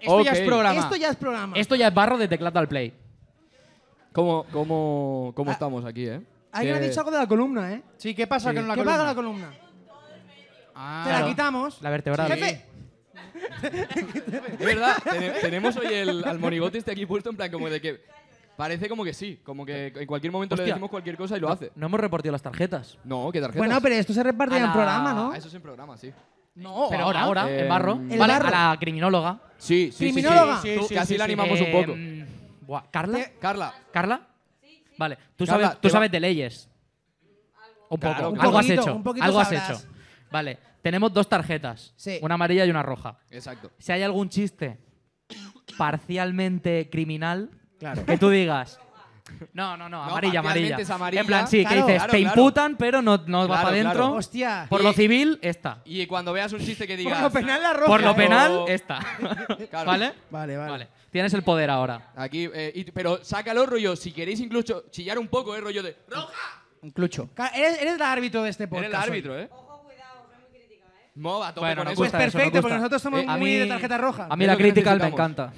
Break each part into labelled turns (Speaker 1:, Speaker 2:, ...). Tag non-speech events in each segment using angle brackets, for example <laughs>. Speaker 1: Esto ya
Speaker 2: Ok.
Speaker 1: es programa.
Speaker 3: Esto ya es programa.
Speaker 2: Esto ya es barro de teclado al play. ¿Cómo, cómo, cómo estamos aquí, eh?
Speaker 3: Alguien ha
Speaker 2: Que-
Speaker 3: Ah, dicho algo de la columna, ¿eh?
Speaker 1: Sí, ¿qué pasa con la
Speaker 3: ¿Qué
Speaker 1: columna?
Speaker 3: pasa con la columna?
Speaker 1: Ah,
Speaker 3: Te la quitamos.
Speaker 2: La vertebral.
Speaker 3: Jefe,
Speaker 2: Es verdad, tene- tenemos hoy el, al monigote este aquí puesto en plan como de que parece como que sí, como que en cualquier momento le
Speaker 4: Hostia.
Speaker 2: decimos cualquier cosa y lo hace.
Speaker 4: No hemos repartido las tarjetas.
Speaker 2: No, qué tarjeta.
Speaker 3: Bueno, pero esto se reparte en el
Speaker 4: A la-
Speaker 3: programa, ¿no?
Speaker 2: Eso es en programa, sí.
Speaker 1: No,
Speaker 4: Pero ahora,
Speaker 2: Eh,
Speaker 4: en barro,
Speaker 2: El
Speaker 4: vale,
Speaker 3: barro.
Speaker 4: a la criminóloga.
Speaker 2: Sí, sí, sí, sí.
Speaker 3: Criminóloga.
Speaker 2: Tú-
Speaker 1: Sí, sí,
Speaker 2: casi
Speaker 1: sí,
Speaker 2: la
Speaker 1: sí.
Speaker 2: animamos un poco.
Speaker 4: Em, poco. Buah, ¿Carla?
Speaker 3: Te-
Speaker 2: Carla,
Speaker 4: ¿Carla? Vale, tú
Speaker 2: Carla,
Speaker 4: sabes,
Speaker 2: te
Speaker 4: tú
Speaker 2: va-
Speaker 4: sabes de leyes. Un poco,
Speaker 2: Claro, claro.
Speaker 4: algo
Speaker 3: Un
Speaker 4: has
Speaker 3: poquito,
Speaker 4: hecho.
Speaker 3: un poquito
Speaker 4: Algo has
Speaker 3: sabrás.
Speaker 4: hecho. Vale, tenemos dos tarjetas,
Speaker 3: Sí.
Speaker 4: una amarilla y una roja.
Speaker 2: exacto.
Speaker 4: Si hay algún chiste parcialmente criminal,
Speaker 1: Claro.
Speaker 4: que tú digas. No, no, no, amarilla,
Speaker 2: parcialmente
Speaker 4: amarilla.
Speaker 2: es amarilla.
Speaker 4: En plan, sí, que
Speaker 3: Claro,
Speaker 4: dices,
Speaker 2: claro,
Speaker 4: te
Speaker 2: claro.
Speaker 4: imputan, pero no, no va
Speaker 2: Claro,
Speaker 4: para adentro.
Speaker 2: claro.
Speaker 3: Hostia.
Speaker 4: Por lo civil, esta.
Speaker 2: Y cuando veas un chiste que digas...
Speaker 3: Por lo penal la roja.
Speaker 4: Por lo
Speaker 3: ¿eh?
Speaker 4: penal, esta.
Speaker 2: Claro.
Speaker 4: ¿Vale?
Speaker 3: Vale, vale.
Speaker 4: Vale. Tienes el poder ahora.
Speaker 2: Aquí, eh, y- pero sácalo, rollo, si queréis incluso chillar un poco, eh, rollo de... ¡Roja!
Speaker 1: Un clucho.
Speaker 3: Ca- Eres, eres el árbitro de este podcast.
Speaker 2: Eres el árbitro,
Speaker 3: hoy.
Speaker 2: ¿eh? Ojo, cuidado, muy crítica, ¿eh? Mova, tope
Speaker 4: Bueno,
Speaker 2: con
Speaker 4: nos
Speaker 2: eso.
Speaker 3: Pues
Speaker 4: gusta eso, nos
Speaker 3: perfecto,
Speaker 4: gusta.
Speaker 3: porque nosotros somos
Speaker 2: Eh,
Speaker 4: a
Speaker 3: muy
Speaker 4: mí-
Speaker 3: de tarjeta roja.
Speaker 4: A mí
Speaker 2: Es
Speaker 4: la
Speaker 2: lo que
Speaker 4: crítica me
Speaker 2: necesitamos.
Speaker 4: encanta.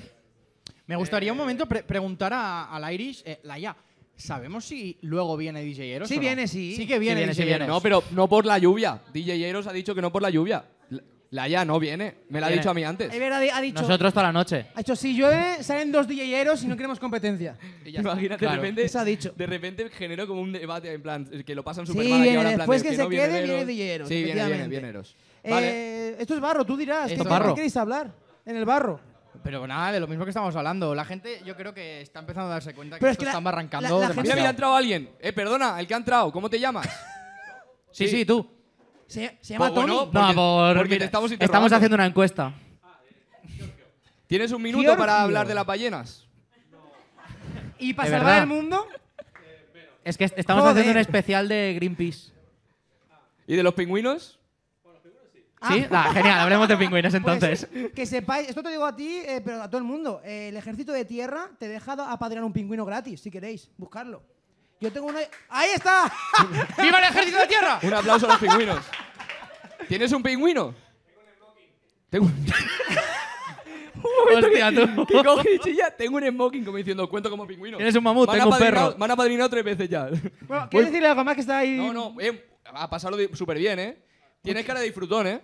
Speaker 1: Me gustaría un momento pre- preguntar a- al Irish, eh, Laia, ¿sabemos si luego viene DJ Eros?
Speaker 3: Sí
Speaker 1: o no?
Speaker 3: viene, sí.
Speaker 1: Sí que viene,
Speaker 4: Sí viene,
Speaker 1: DJ
Speaker 4: sí viene.
Speaker 1: Eros.
Speaker 2: No, pero no por la lluvia. DJ Eros ha dicho que no por la lluvia. La- Laia no viene. Me la ha
Speaker 4: Viene.
Speaker 2: dicho a mí antes.
Speaker 3: Es verdad, ha dicho,
Speaker 4: Nosotros toda la noche.
Speaker 3: ha dicho, si llueve, salen dos DJeros y no queremos competencia.
Speaker 2: Imagínate,
Speaker 4: Claro.
Speaker 2: de repente.
Speaker 3: Eso ha dicho.
Speaker 2: De repente generó como un debate en plan. eh, Que lo pasan
Speaker 3: Sí,
Speaker 2: súper mal. aquí
Speaker 3: viene,
Speaker 2: ahora, en plan,
Speaker 3: después
Speaker 2: de
Speaker 3: que se
Speaker 2: no
Speaker 3: quede,
Speaker 2: Eros.
Speaker 3: viene DJ Eros,
Speaker 2: Sí, viene, viene,
Speaker 3: efectivamente.
Speaker 2: viene Eros.
Speaker 3: Eh,
Speaker 2: Vale.
Speaker 3: esto es barro, tú dirás.
Speaker 1: Esto
Speaker 4: es
Speaker 3: ¿qué-
Speaker 4: barro.
Speaker 3: ¿Qué queréis hablar? En el barro.
Speaker 1: Pero nada, de lo mismo que estamos hablando. La gente, yo creo que está empezando a darse cuenta que
Speaker 3: Pero es
Speaker 1: esto
Speaker 3: que la-
Speaker 1: están barrancando
Speaker 3: la- la
Speaker 2: Mira,
Speaker 3: gente-
Speaker 2: mira, ha
Speaker 1: demasiado.
Speaker 2: entrado alguien. Eh, perdona, el que ha entrado. ¿Cómo te llamas?
Speaker 3: <laughs>
Speaker 4: Sí, sí, tú.
Speaker 3: Se, se llama
Speaker 2: Pues
Speaker 3: Tony.
Speaker 2: bueno,
Speaker 4: No,
Speaker 2: Porque-
Speaker 4: por-
Speaker 2: porque te
Speaker 4: mira,
Speaker 2: estamos interrogando.
Speaker 4: estamos haciendo una encuesta.
Speaker 2: ¿Tienes un minuto
Speaker 3: Giorgio.
Speaker 2: para hablar de las ballenas?
Speaker 3: y para
Speaker 4: de
Speaker 3: salvar
Speaker 4: verdad.
Speaker 3: el mundo,
Speaker 4: Es que est- estamos
Speaker 3: Joder.
Speaker 4: haciendo un especial de Greenpeace.
Speaker 2: ¿Y de los pingüinos?
Speaker 4: ¿Sí? Ah, genial, hablemos de pingüinos entonces.
Speaker 3: pues, que sepáis, esto te digo a ti, eh, pero a todo el mundo. eh, el ejército de tierra te deja apadrinar un pingüino gratis, si queréis, buscarlo. Yo tengo una. ¡Ahí está!
Speaker 1: ¡Viva el ejército de tierra!
Speaker 2: Un aplauso a los
Speaker 3: <laughs>
Speaker 2: pingüinos. ¿Tienes un pingüino? Tengo un
Speaker 4: Hostia, tú. <laughs>
Speaker 2: Que coge y chilla, tengo un smoking como diciendo, cuento como pingüino.
Speaker 4: Tienes un mamut,
Speaker 2: Me han
Speaker 4: tengo un
Speaker 2: apadrinado-
Speaker 4: perro.
Speaker 2: Me han apadrinado tres veces ya.
Speaker 3: Bueno, ¿Quieres decirle algo más que está ahí?
Speaker 2: No, no, eh, ha pasado súper bien, ¿eh? Tienes cara de disfrutón, ¿eh?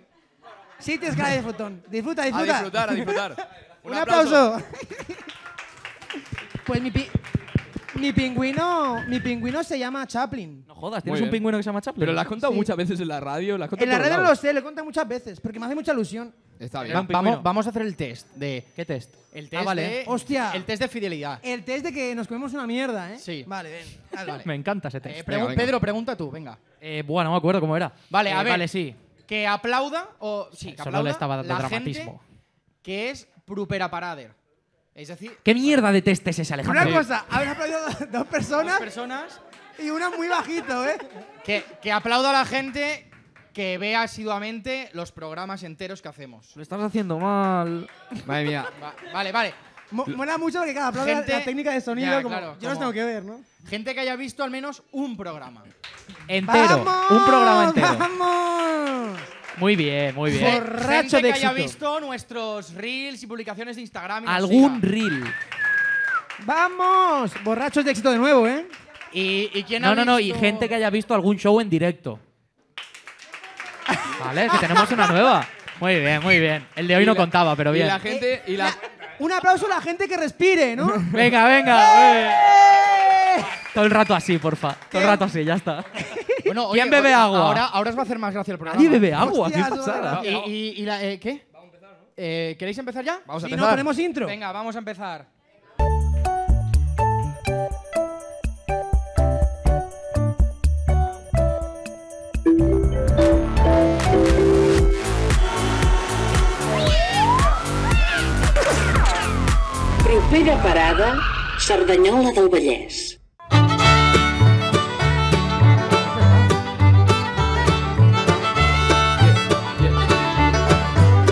Speaker 3: Sí, tienes cara de disfrutón. Disfruta,
Speaker 2: A
Speaker 3: disfruta.
Speaker 2: disfrutar, a disfrutar.
Speaker 4: <laughs>
Speaker 3: Un, aplauso. <laughs> pues mi, pi- mi pingüino. Mi pingüino se llama Chaplin.
Speaker 4: No jodas,
Speaker 2: Muy
Speaker 4: tienes un
Speaker 2: bien.
Speaker 4: pingüino que se llama Chaplin.
Speaker 2: Pero lo has contado
Speaker 3: Sí.
Speaker 2: muchas veces en la radio. Lo has contado
Speaker 3: En la
Speaker 2: en
Speaker 3: red
Speaker 2: todos
Speaker 3: no lo
Speaker 2: lados.
Speaker 3: sé, lo he contado muchas veces, porque me hace mucha ilusión.
Speaker 2: Está
Speaker 1: Va-
Speaker 2: bien.
Speaker 4: Gran-
Speaker 1: vamos,
Speaker 4: pingüino.
Speaker 1: vamos a hacer el test de.
Speaker 4: ¿Qué test?
Speaker 1: El test
Speaker 4: Ah, vale.
Speaker 1: de-
Speaker 3: Hostia.
Speaker 1: El test de fidelidad.
Speaker 3: El test de que nos comemos una mierda, ¿eh?
Speaker 1: Sí.
Speaker 3: Vale, ven. Dale,
Speaker 1: Eh, vale.
Speaker 4: Me encanta ese
Speaker 1: Eh,
Speaker 4: test.
Speaker 1: pregun-
Speaker 2: Venga, venga.
Speaker 1: Pedro, pregunta tú, venga.
Speaker 4: Eh, bueno, no me acuerdo cómo era.
Speaker 1: Vale,
Speaker 4: Eh,
Speaker 1: a ver.
Speaker 4: Vale, sí.
Speaker 1: Que aplauda o. Sí, que
Speaker 4: Solo
Speaker 1: aplauda
Speaker 4: le estaba dando
Speaker 1: la
Speaker 4: dramatismo.
Speaker 1: gente que es pruperaparade. Es decir,
Speaker 4: ¿Qué mierda de test es ese,
Speaker 3: Una
Speaker 4: Alejandro?
Speaker 3: cosa, habéis aplaudido a dos
Speaker 1: las
Speaker 3: personas
Speaker 1: personas
Speaker 3: y una muy bajito, ¿eh?
Speaker 1: que, que aplauda a la gente que ve asiduamente los programas enteros que hacemos.
Speaker 4: Lo estás haciendo mal.
Speaker 2: <laughs> Madre mía.
Speaker 1: Va- vale, vale.
Speaker 3: Mo- mola mucho porque cada aplaude la-
Speaker 1: Gente-
Speaker 3: la técnica de sonido.
Speaker 1: Ya,
Speaker 3: como,
Speaker 1: claro,
Speaker 3: yo los
Speaker 1: como-
Speaker 3: tengo que ver, ¿no?
Speaker 1: Gente que haya visto al menos un programa.
Speaker 4: Entero. Un programa entero.
Speaker 3: ¡Vamos!
Speaker 4: Muy bien, muy bien.
Speaker 3: Por- Borracho
Speaker 1: gente
Speaker 3: de
Speaker 1: que haya
Speaker 3: éxito.
Speaker 1: visto nuestros reels y publicaciones de Instagram. y nos
Speaker 4: Algún
Speaker 1: siga.
Speaker 4: reel.
Speaker 3: ¡Vamos! Borrachos de éxito de nuevo, ¿eh?
Speaker 1: ¿Y, y quién ha
Speaker 4: No, no, no. Y
Speaker 1: visto-
Speaker 4: gente que haya visto algún show en directo. Vale, que tenemos una nueva. Muy bien, muy bien. El de hoy
Speaker 2: Y
Speaker 4: no
Speaker 2: la-
Speaker 4: contaba, pero bien. Eh,
Speaker 2: Y la gente. Y la...
Speaker 3: Un aplauso a la gente que respire, ¿no?
Speaker 4: Venga, venga. muy bien.
Speaker 3: ¡Eh!
Speaker 4: Todo el rato así, porfa. Todo el rato así, ya está.
Speaker 1: Bueno,
Speaker 4: ¿Quién bebe agua?
Speaker 1: Ahora, ahora os va a hacer más gracia el programa.
Speaker 4: Nadie bebe agua,
Speaker 3: Hostia,
Speaker 4: Ah, qué
Speaker 3: tú,
Speaker 4: pasada.
Speaker 1: ¿Y, y- y la, eh, qué? Vamos a empezar, ¿no? ¿Queréis empezar ya?
Speaker 2: Vamos a
Speaker 3: Si no
Speaker 2: empezar.
Speaker 3: tenemos intro.
Speaker 1: Venga, vamos a empezar.
Speaker 5: Propera parada, Cerdanyola del Vallès.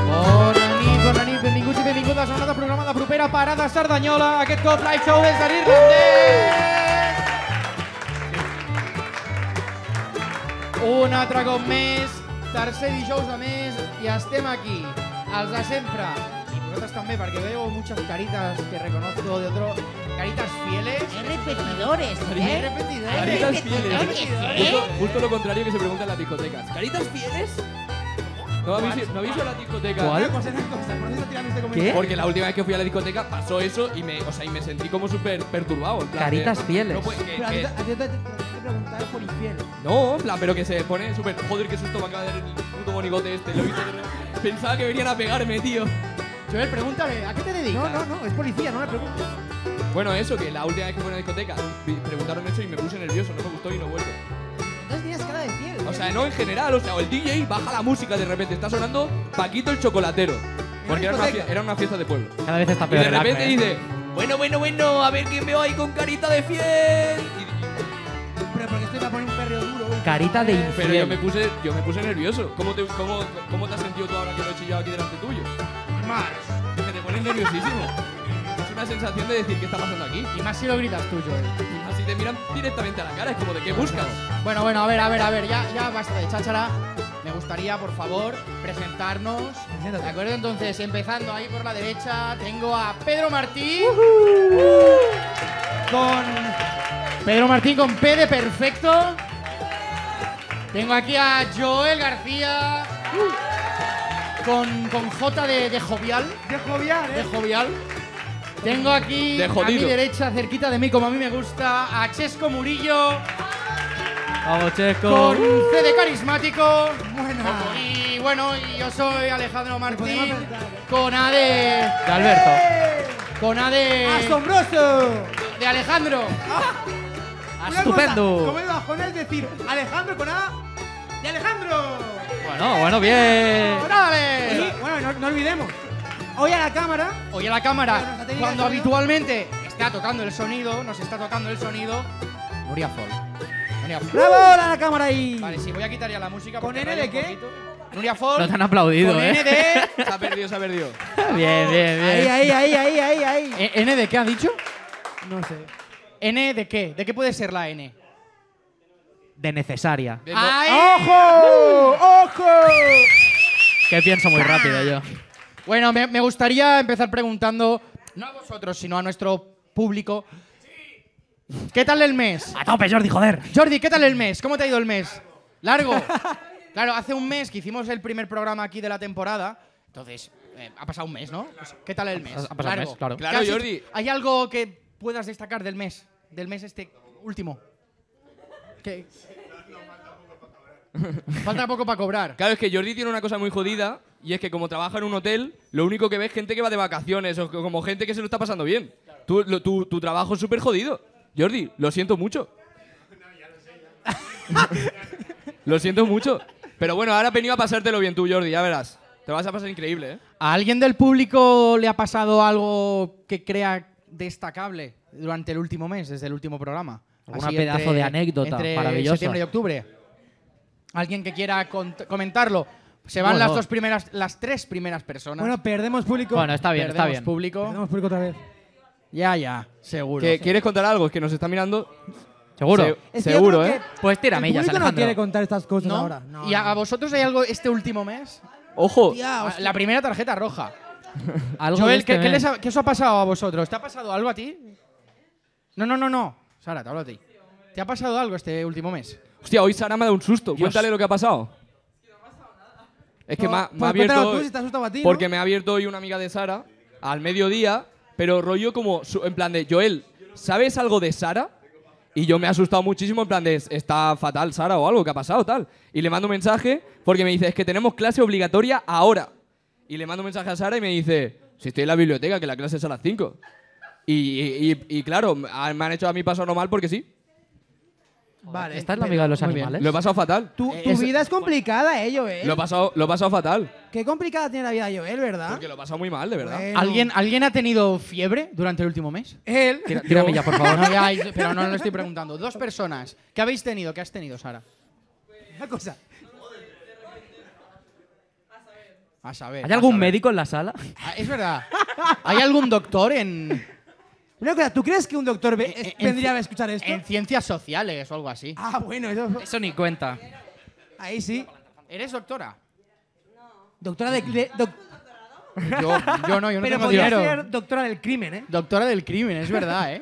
Speaker 1: Bona nit, bona nit, benvinguts i benvingudes a un altre programa de propera parada Cerdanyola, aquest cop live show des de l'Irlandès. Un altre cop més, tercer dijous de mes, i estem aquí, els de sempre. vosaltres també, perquè veo muchas caritas que reconozco de otro... Caritas fieles.
Speaker 6: Hay repetidores,
Speaker 1: Hay
Speaker 6: ¿eh?
Speaker 1: repetidores.
Speaker 6: Hay
Speaker 2: Caritas fieles.
Speaker 6: repetidores,
Speaker 2: Justo,
Speaker 6: ¿eh?
Speaker 2: justo lo contrario que se pregunta en las discotecas. ¿Caritas fieles? ¿No habéis, ¿no habéis ido a la discoteca?
Speaker 4: ¿Cuál?
Speaker 1: Una cosa, una cosa, ¿por dónde está tirando este comentario?
Speaker 4: ¿Qué?
Speaker 2: Porque la última vez que fui a la discoteca pasó eso y me, o sea, y me sentí como súper perturbado. en plan de-
Speaker 4: Caritas fieles.
Speaker 2: No, pues, que-
Speaker 3: Pero a ti
Speaker 2: que-
Speaker 3: te- a ti te te preguntaron por infiel.
Speaker 2: no, en plan, pero que se pone súper. Joder, qué susto me acaba de dar el puto monigote este. Lo he visto de nuevo. Pensaba que venían a pegarme, tío.
Speaker 1: Joel, pregúntale, ¿a qué te dedicas?
Speaker 3: No, no, no, es policía, no le preguntes.
Speaker 2: Bueno, eso, que la última vez que fui a la discoteca vi- preguntaron eso y me puse nervioso, no me gustó y no he vuelto.
Speaker 3: Entonces tienes cara de fiel.
Speaker 2: O sea, no en general, o sea, o el DJ baja la música de repente, está sonando Paquito el Chocolatero. Porque era una,
Speaker 3: discoteca.
Speaker 2: fie- era una fiesta de pueblo.
Speaker 4: Cada vez está
Speaker 2: Y
Speaker 4: peor
Speaker 2: de
Speaker 4: el acme,
Speaker 2: repente
Speaker 4: ¿eh?
Speaker 2: dice, bueno, bueno, bueno, a ver quién veo ahí con carita de fiel. Y-
Speaker 3: Pero porque estoy para poner un perreo duro. ¿eh? güey.
Speaker 4: Carita de
Speaker 2: pero
Speaker 4: infiel.
Speaker 2: yo me puse yo me puse nervioso. ¿Cómo te, cómo, cómo te has sentido tú ahora que lo he chillado aquí delante tuyo?
Speaker 1: Más.
Speaker 2: Que te pones nerviosísimo. es una sensación de decir, ¿qué está pasando aquí?
Speaker 1: Y más si lo gritas tú, Joel.
Speaker 2: Y así te miran directamente a la cara, es como, ¿de qué buscas?
Speaker 1: Bueno, bueno, a ver, a ver, a ver, ya, ya basta de cháchara. Me gustaría, por favor, presentarnos.
Speaker 3: Siéntate.
Speaker 1: ¿De acuerdo? Entonces, empezando ahí por la derecha, tengo a Pedro Martín. Con. Pedro Martín con P de perfecto. Tengo aquí a Joel García. Con, con J de, de jovial.
Speaker 3: De jovial,
Speaker 1: De
Speaker 3: ¿eh?
Speaker 1: jovial. Tengo aquí
Speaker 2: De
Speaker 1: a mi
Speaker 2: jodido.
Speaker 1: derecha, cerquita de mí, como a mí me gusta, a Chesco Murillo
Speaker 4: Vamos, Chesco.
Speaker 1: con C de carismático.
Speaker 3: Buena.
Speaker 1: Y bueno, y yo soy Alejandro
Speaker 3: podemos
Speaker 1: Martín
Speaker 3: apretar.
Speaker 1: con A de.
Speaker 4: De Alberto.
Speaker 1: Con A
Speaker 3: Ah,
Speaker 1: de.
Speaker 3: ¡Eh! ¡Asombroso!
Speaker 1: De Alejandro.
Speaker 3: Una
Speaker 4: Estupendo.
Speaker 3: cosa, Como el bajón es decir, Alejandro con A de Alejandro.
Speaker 4: Bueno, bueno, bien.
Speaker 3: Y,
Speaker 1: ¡Órale!
Speaker 3: bueno, no, no olvidemos. Hoy a la cámara,
Speaker 1: Oye la
Speaker 3: Bueno,
Speaker 1: cámara,
Speaker 3: ¿te diga el
Speaker 1: cuando
Speaker 3: sonido?
Speaker 1: habitualmente está tocando el sonido, nos está tocando el sonido. Nuria Fall. Nuria Fall.
Speaker 3: bravo hola a la cámara ahí.
Speaker 1: Vale, sí, voy a quitar ya la música.
Speaker 3: ¿Con
Speaker 1: porque
Speaker 3: N
Speaker 1: raya
Speaker 3: de
Speaker 1: un
Speaker 3: qué?
Speaker 1: poquito. Nuria Fall.
Speaker 4: No te han aplaudido,
Speaker 1: con N
Speaker 4: ¿eh? <laughs>
Speaker 1: de.
Speaker 2: Se ha perdido, se ha perdido.
Speaker 4: Bien, bien,
Speaker 3: Ahí,
Speaker 4: bien.
Speaker 3: ahí, ahí, ahí, ahí, ahí.
Speaker 1: <laughs> Eh, ¿N de qué ha dicho?
Speaker 3: No sé.
Speaker 1: ¿N de qué? ¿De qué puede ser la N? E,
Speaker 4: De necesaria.
Speaker 2: Vengo-
Speaker 3: ¡Ojo! ¡Ojo!
Speaker 4: Que pienso muy rápido yo.
Speaker 1: Bueno, me, me gustaría empezar preguntando, no a vosotros, sino a nuestro público. ¿Qué tal el mes?
Speaker 4: A tope, Jordi, joder.
Speaker 1: Jordi, ¿qué tal el mes? ¿Cómo te ha ido el mes? Largo. Claro, hace un mes que hicimos el primer programa aquí de la temporada. Entonces, eh, ha pasado un mes, ¿no? Pues, ¿Qué tal el mes?
Speaker 4: Ha- ha pasado un mes, claro.
Speaker 1: ¿Qué
Speaker 2: Claro,
Speaker 1: has hecho?
Speaker 2: Jordi.
Speaker 1: ¿Hay algo que puedas destacar del mes? Del mes este último.
Speaker 2: <laughs>
Speaker 1: ¿Qué? Falta poco para cobrar.
Speaker 2: Claro, es que Jordi tiene una cosa muy jodida y es que como trabaja en un hotel, lo único que ve es gente que va de vacaciones o como gente que se lo está pasando bien. Tú- lo- tu, tu trabajo es súper jodido. Jordi, lo siento mucho. <laughs> lo siento mucho. Pero bueno, ahora has venido a pasártelo bien tú, Jordi, ya verás. Te vas a pasar increíble, ¿eh?
Speaker 1: ¿A alguien del público le ha pasado algo que crea destacable durante el último mes, desde el último programa?
Speaker 4: Alguna pedazo de anécdota
Speaker 1: entre
Speaker 4: maravillosa.
Speaker 1: septiembre y octubre. ¿Alguien que quiera cont- comentarlo? Se van
Speaker 4: Bueno.
Speaker 1: las dos primeras, las tres primeras personas.
Speaker 3: Bueno, perdemos público.
Speaker 4: Bueno, está bien, está
Speaker 1: Perdemos
Speaker 4: bien.
Speaker 1: público.
Speaker 3: Perdemos público otra vez.
Speaker 1: Ya, ya, seguro.
Speaker 2: ¿Que- ¿Quieres contar algo? Es que nos está mirando.
Speaker 4: Seguro.
Speaker 2: Se-
Speaker 3: Es que yo
Speaker 2: seguro,
Speaker 3: creo
Speaker 2: ¿eh?
Speaker 3: que
Speaker 4: Pues tira
Speaker 3: el
Speaker 4: millas,
Speaker 3: público no
Speaker 4: Alejandro.
Speaker 3: quiere contar estas cosas
Speaker 1: ¿No?
Speaker 3: ahora. No,
Speaker 1: ¿Y a,
Speaker 3: no.
Speaker 1: a vosotros hay algo este último mes?
Speaker 2: Ojo.
Speaker 1: Ah,
Speaker 3: Hostia,
Speaker 1: la primera tarjeta roja.
Speaker 4: Algo de
Speaker 1: Joel,
Speaker 4: este
Speaker 1: ¿qué, qué
Speaker 4: mes.
Speaker 1: les ha- qué os ha pasado a vosotros? ¿Te ha pasado algo a ti? No, no, no, no. Sara, te hablo a ti. ¿Te ha pasado algo este último mes?
Speaker 2: Hostia, hoy Sara me ha dado un susto. Cuéntale lo que ha pasado. Es que
Speaker 3: No,
Speaker 2: me ha- me,
Speaker 3: pues
Speaker 2: ha abierto.
Speaker 3: cuéntalo tú si te ha asustado a ti, ¿no?
Speaker 2: porque me ha abierto hoy una amiga de Sara al mediodía, pero rollo como su- en plan de Joel, ¿sabes algo de Sara? Y yo me he asustado muchísimo en plan de "Es- está fatal Sara o algo que ha pasado tal. Y le mando un mensaje porque me dice es que tenemos clase obligatoria ahora. Y le mando un mensaje a Sara y me dice si estoy en la biblioteca que la clase es a las 5. Y, y- y- y claro, me han me han hecho a mí pasar normal porque sí.
Speaker 3: Vale.
Speaker 4: Esta es la amiga de los
Speaker 1: Muy bien.
Speaker 4: animales.
Speaker 2: Lo he pasado fatal.
Speaker 3: Tu,
Speaker 1: Eh,
Speaker 3: tu
Speaker 1: es-
Speaker 3: vida es complicada, eh, Joel.
Speaker 2: Lo he pasado, lo he pasado fatal.
Speaker 3: Qué complicada tiene la vida de Joel, ¿verdad?
Speaker 2: Porque lo he pasado muy mal, de verdad.
Speaker 3: ¿Ah? Bueno.
Speaker 1: ¿Alguien, ¿Alguien ha tenido fiebre durante el último mes?
Speaker 3: Él.
Speaker 4: Tira, tira millas, por
Speaker 1: <laughs>
Speaker 4: favor.
Speaker 1: No, ya, y- pero no lo estoy preguntando. Dos personas. ¿Qué habéis tenido? ¿Qué has tenido, Sara?
Speaker 3: Una cosa.
Speaker 1: A saber.
Speaker 4: ¿Hay
Speaker 1: a
Speaker 4: algún
Speaker 1: saber.
Speaker 4: médico en la sala?
Speaker 1: Ah, Es verdad. ¿Hay algún doctor en,
Speaker 3: Una cosa, ¿tú crees que un doctor ve- es-
Speaker 1: en-
Speaker 3: vendría a escuchar esto?
Speaker 1: en ciencias sociales o algo así?
Speaker 3: Ah, bueno, eso.
Speaker 4: Eso ni cuenta.
Speaker 3: Ahí sí.
Speaker 1: ¿Eres doctora?
Speaker 3: Doctora de. de- doc-
Speaker 1: Yo, yo no, yo
Speaker 3: Pero
Speaker 1: no tengo
Speaker 3: podría
Speaker 1: dinero.
Speaker 3: ser doctora del crimen, ¿eh?
Speaker 1: Doctora del crimen, es verdad, ¿eh?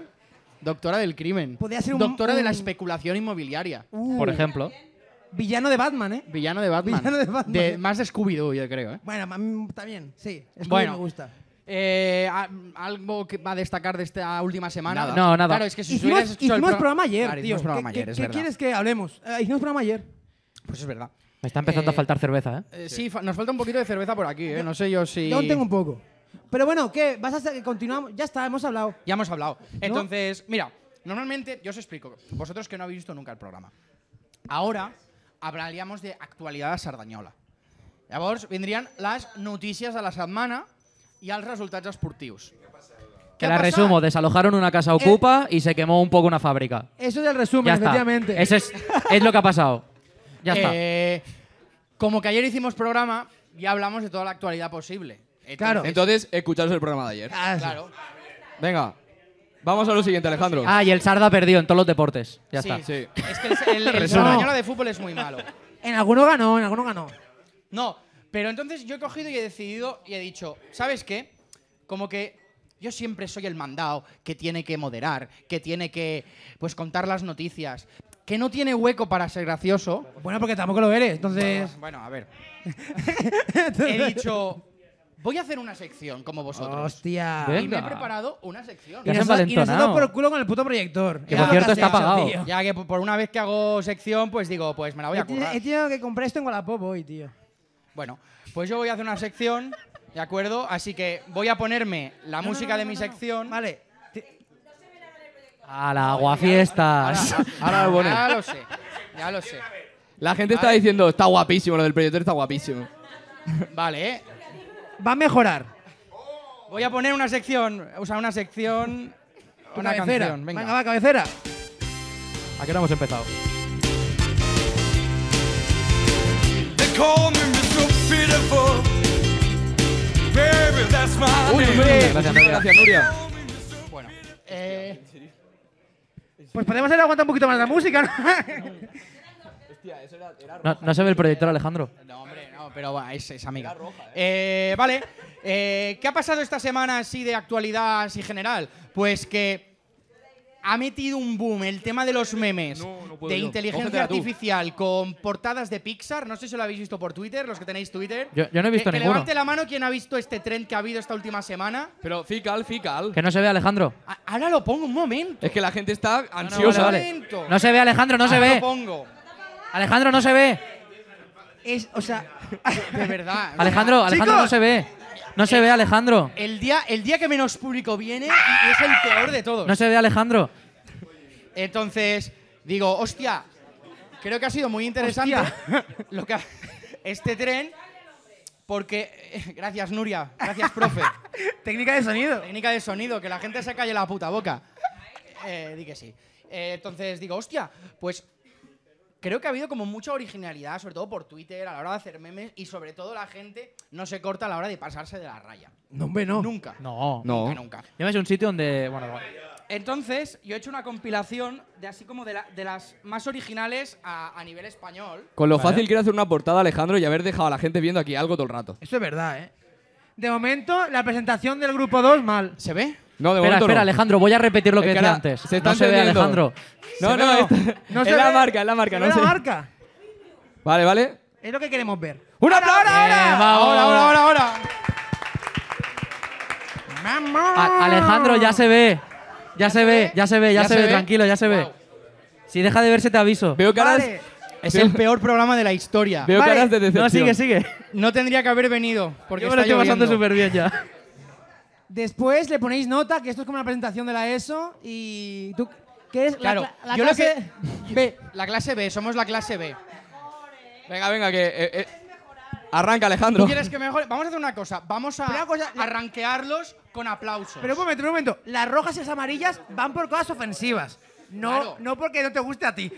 Speaker 1: Doctora del crimen.
Speaker 3: Podría ser un-
Speaker 1: Doctora de la
Speaker 3: un-
Speaker 1: especulación inmobiliaria.
Speaker 3: Uh,
Speaker 4: Por ejemplo.
Speaker 3: Villano de Batman, ¿eh?
Speaker 1: Villano de Batman.
Speaker 3: Villano de Batman.
Speaker 1: De- más de Scooby-Doo, yo creo, ¿eh?
Speaker 3: Bueno, a mí también, sí. Es bueno.
Speaker 1: Bueno.
Speaker 3: me gusta.
Speaker 1: Eh, a- ¿Algo que va a destacar de esta última semana?
Speaker 4: Nada. No, nada.
Speaker 1: Claro, es que si os
Speaker 3: hicimos
Speaker 1: hubieras hecho el
Speaker 3: hicimos
Speaker 1: pro-
Speaker 3: programa ayer,
Speaker 1: Claro,
Speaker 3: tío.
Speaker 1: Hicimos programa
Speaker 3: ¿Qué,
Speaker 1: ayer,
Speaker 3: qué-
Speaker 1: es
Speaker 3: qué
Speaker 1: verdad.
Speaker 3: quieres que hablemos? Eh, hicimos programa ayer.
Speaker 1: Pues es verdad.
Speaker 4: Me está empezando
Speaker 1: Eh,
Speaker 4: a faltar cerveza, ¿eh?
Speaker 1: Eh, sí, fa- nos falta un poquito de cerveza por aquí, ¿eh? No sé yo si...
Speaker 3: Yo aún tengo un poco. Pero bueno, ¿qué? ¿Vas a hacer que continuamos? Ya está, hemos hablado.
Speaker 1: Ya hemos hablado. Entonces, mira, normalmente, yo os explico, vosotros que no habéis visto nunca el programa, ahora hablaríamos de actualidad sardanyola. Llavors vindrien les notícies de la setmana i els resultats esportius.
Speaker 4: Que
Speaker 1: ha
Speaker 4: la
Speaker 1: pasado?
Speaker 4: resumo, desalojaron una casa ocupa y se quemó un poco una fábrica.
Speaker 3: Eso es el resumen,
Speaker 4: Ya está.
Speaker 3: efectivamente.
Speaker 4: Eso es, es lo que ha pasado. Ya está.
Speaker 1: Eh, como que ayer hicimos programa, ya hablamos de toda la actualidad posible. Entonces-
Speaker 3: Claro.
Speaker 2: Entonces, escucharos el programa de ayer.
Speaker 3: Ah, sí.
Speaker 1: Claro.
Speaker 2: Venga, vamos a lo siguiente, Alejandro.
Speaker 4: Ah, y el Sarda perdió en todos los deportes. Ya
Speaker 1: sí,
Speaker 4: está.
Speaker 2: Sí.
Speaker 1: Es que el,
Speaker 4: <laughs>
Speaker 1: el, el
Speaker 3: Resumen.
Speaker 1: Sardanyola de fútbol es muy malo.
Speaker 3: En alguno ganó, en alguno ganó.
Speaker 1: No, pero entonces yo he cogido y he decidido y he dicho, ¿sabes qué? Como que yo siempre soy el mandado que tiene que moderar, que tiene que pues contar las noticias, que no tiene hueco para ser gracioso.
Speaker 3: Bueno, porque tampoco lo eres, entonces. <laughs>
Speaker 1: Bueno, a
Speaker 4: <laughs>
Speaker 1: ver. He dicho, voy a hacer una sección como vosotros.
Speaker 3: Hostia.
Speaker 4: ¿Ves?
Speaker 1: Y me he
Speaker 4: Venga.
Speaker 1: preparado una sección.
Speaker 3: Y
Speaker 4: Ya se ha
Speaker 3: nos, da- y nos ha dado
Speaker 4: envalentonado.
Speaker 3: por el culo con el puto proyector.
Speaker 4: Que
Speaker 3: Ya
Speaker 4: por
Speaker 3: lo
Speaker 4: cierto
Speaker 3: has
Speaker 4: está
Speaker 3: hecho,
Speaker 4: apagado.
Speaker 3: tío.
Speaker 1: Ya que por una vez que hago sección, pues digo, pues me la voy
Speaker 3: He
Speaker 1: a
Speaker 3: tenido-
Speaker 1: currar.
Speaker 3: He tenido que comprar esto en Wallapop hoy, tío.
Speaker 1: Bueno, pues yo voy a hacer una sección, ¿de acuerdo? Así que voy a ponerme la música de mi sección.
Speaker 3: Vale. Te-
Speaker 4: A la aguafiestas.
Speaker 2: Ahora lo pone.
Speaker 1: Ya lo sé, ya lo sé.
Speaker 2: La gente está diciendo, está guapísimo, lo del proyector está guapísimo.
Speaker 1: Vale, ¿eh?
Speaker 3: Va a mejorar.
Speaker 1: Voy a poner una sección, o sea, una sección,
Speaker 3: Tu
Speaker 1: una
Speaker 3: cabecera.
Speaker 1: canción. Venga,
Speaker 3: va, cabecera.
Speaker 4: ¿A qué hora hemos empezado?
Speaker 6: They call me Mr. Pitiful. Baby, that's my
Speaker 2: Uy,
Speaker 6: name.
Speaker 2: Nuria,
Speaker 4: Gracias, Nuria.
Speaker 2: gracias, Nuria.
Speaker 1: bueno. Eh,
Speaker 3: Pues podemos haber aguantado un poquito más la música, ¿no?
Speaker 4: <laughs>
Speaker 1: <laughs>
Speaker 4: No, no se ve el proyector, Alejandro.
Speaker 1: no, hombre, no, pero va, es, es amiga. Eh, vale, eh, ¿qué ha pasado esta semana así de actualidad así general? Pues que ha metido un boom el tema de los memes de inteligencia
Speaker 2: Cógetela tú.
Speaker 1: artificial con portadas de Pixar. No sé si lo habéis visto por Twitter, los que tenéis Twitter.
Speaker 4: Yo- yo no he
Speaker 1: Que-
Speaker 4: visto
Speaker 1: que
Speaker 4: ninguno.
Speaker 1: levante la mano quien ha visto este tren que ha habido esta última semana.
Speaker 2: Pero fical, fical.
Speaker 4: Que no se ve, Alejandro.
Speaker 1: A- Ahora lo pongo un momento.
Speaker 2: Es que la gente está
Speaker 1: Dios,
Speaker 2: ansiosa.
Speaker 1: vale, vale. Momento.
Speaker 4: No se ve, Alejandro, no se
Speaker 1: Ahora
Speaker 4: ve.
Speaker 1: Ah, Lo pongo.
Speaker 4: Alejandro, no se ve.
Speaker 3: Es, o sea, <laughs>
Speaker 1: De verdad.
Speaker 4: Alejandro, Alejandro, no
Speaker 3: Chicos.
Speaker 4: se ve. No se ve, Alejandro.
Speaker 1: El día, el día que menos público viene y es el peor de todos.
Speaker 4: No se ve, Alejandro.
Speaker 1: Entonces, digo, hostia, creo que ha sido muy interesante <laughs> lo que ha- este tren, porque. eh, Gracias, Nuria. Gracias, profe.
Speaker 3: técnica de sonido.
Speaker 1: Técnica de sonido, que la gente se calle la puta boca. Eh, di que sí. Eh, entonces digo, hostia, pues creo que ha habido como mucha originalidad, sobre todo por Twitter, a la hora de hacer memes y sobre todo la gente no se corta a la hora de pasarse de la raya.
Speaker 3: No, hombre, no.
Speaker 1: Nunca.
Speaker 4: No.
Speaker 2: No.
Speaker 1: Nunca, nunca.
Speaker 4: Yo me sé un sitio donde. Bueno, va.
Speaker 1: Entonces, yo he hecho una compilación de así como de, la- de las más originales a, a nivel español.
Speaker 2: Con lo fácil que era hacer una portada, Alejandro, y haber dejado a la gente viendo aquí algo todo el rato.
Speaker 3: Eso es verdad, ¿eh? De momento, la presentación del grupo 2 mal.
Speaker 1: ¿Se ve?
Speaker 2: No,
Speaker 4: Espera,
Speaker 2: de momento
Speaker 4: espera,
Speaker 2: no.
Speaker 4: Alejandro, voy a repetir lo
Speaker 2: Es
Speaker 4: que
Speaker 2: que
Speaker 4: decía
Speaker 2: ahora
Speaker 4: antes.
Speaker 2: se está
Speaker 4: no se ve,
Speaker 2: encendiendo.
Speaker 4: Alejandro.
Speaker 2: No, no, es, <laughs>
Speaker 3: No
Speaker 2: es
Speaker 3: se
Speaker 2: la
Speaker 3: ve-
Speaker 2: marca, es la marca,
Speaker 3: se
Speaker 2: no
Speaker 3: ve
Speaker 2: sé.
Speaker 3: la marca.
Speaker 2: Vale, vale.
Speaker 3: Es lo que queremos ver.
Speaker 2: ¡Un
Speaker 4: Eh, va,
Speaker 1: Ahora,
Speaker 4: ahora,
Speaker 1: ahora, ahora, ahora.
Speaker 4: A- Alejandro, ya se ve. Ya se ve, ya se ve, ya, se, ve. Tranquilo, ya se ve.
Speaker 1: Wow.
Speaker 4: Si deja de verse, te aviso.
Speaker 2: Veo caras,
Speaker 3: Vale.
Speaker 1: Es
Speaker 2: Veo-
Speaker 1: el peor programa de la historia.
Speaker 2: veo
Speaker 3: Vale.
Speaker 2: caras de decepción.
Speaker 4: No, sigue, sigue.
Speaker 1: No tendría que haber venido. Porque
Speaker 4: Yo me lo
Speaker 1: está
Speaker 4: estoy pasando
Speaker 1: lloviendo.
Speaker 4: súper bien ya.
Speaker 3: Después le ponéis nota, que esto es como una presentación de la ESO. Y tú, ¿qué es? La
Speaker 1: Claro,
Speaker 3: cla- la
Speaker 1: yo
Speaker 3: clase- <laughs>
Speaker 1: lo que. B, la clase B, somos la clase B.
Speaker 2: Venga, venga, que... eh, eh, Arranca,
Speaker 1: ¿Tú
Speaker 2: Alejandro.
Speaker 1: quieres que mejore? Vamos a hacer una cosa. Vamos a
Speaker 3: Pero una cosa-
Speaker 1: arranquearlos con aplausos.
Speaker 3: Pero un momento, un momento. Las rojas y las amarillas van por cosas ofensivas. No,
Speaker 1: Claro.
Speaker 3: no porque no te guste a ti.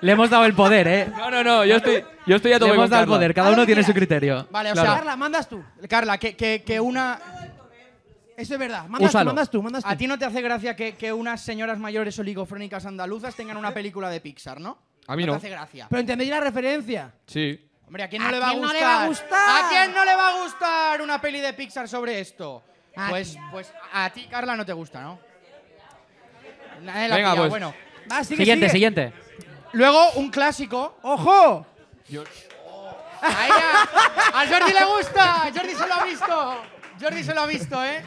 Speaker 4: Le hemos dado el poder, ¿eh?
Speaker 2: No, no, no, yo estoy, yo estoy a
Speaker 4: Le
Speaker 2: tope
Speaker 4: hemos
Speaker 2: con
Speaker 4: dado el
Speaker 2: Carla.
Speaker 4: poder. Cada
Speaker 3: Haz lo
Speaker 4: uno
Speaker 3: que
Speaker 4: tiene su
Speaker 3: quieras.
Speaker 4: criterio.
Speaker 1: Ah, Vale, o sea,
Speaker 3: Carla, mandas tú.
Speaker 1: Carla, que, que- que una.
Speaker 3: Eso es verdad. Mandas
Speaker 4: Úsalo.
Speaker 3: tú, mandas tú, mandas tú.
Speaker 1: A ti no te hace gracia que, que unas señoras
Speaker 3: <laughs>
Speaker 1: mayores oligofrénicas andaluzas tengan una película de Pixar, ¿no?
Speaker 2: A mí
Speaker 1: te
Speaker 2: no.
Speaker 1: hace gracia.
Speaker 3: Pero entendéis la referencia.
Speaker 2: Sí.
Speaker 1: Hombre, ¿a quién no,
Speaker 7: ¿A
Speaker 1: le, va a
Speaker 7: quién no
Speaker 1: gustar?
Speaker 7: le va a gustar?
Speaker 1: ¿A quién no le va a gustar una peli de Pixar sobre esto?
Speaker 3: Ah,
Speaker 7: ¿A
Speaker 1: Pues,
Speaker 7: quién?
Speaker 1: pues a ti, Carla, no te gusta, ¿no? Nadie la ha
Speaker 2: Venga,
Speaker 1: pillado,
Speaker 2: pues.
Speaker 1: Bueno,
Speaker 3: Va, sigue,
Speaker 4: Siguiente,
Speaker 3: sigue.
Speaker 4: siguiente.
Speaker 1: luego un clásico.
Speaker 3: ¡Ojo!
Speaker 1: Ahí a, a Jordi le gusta. Jordi se lo ha visto. Jordi se lo ha visto, ¿eh?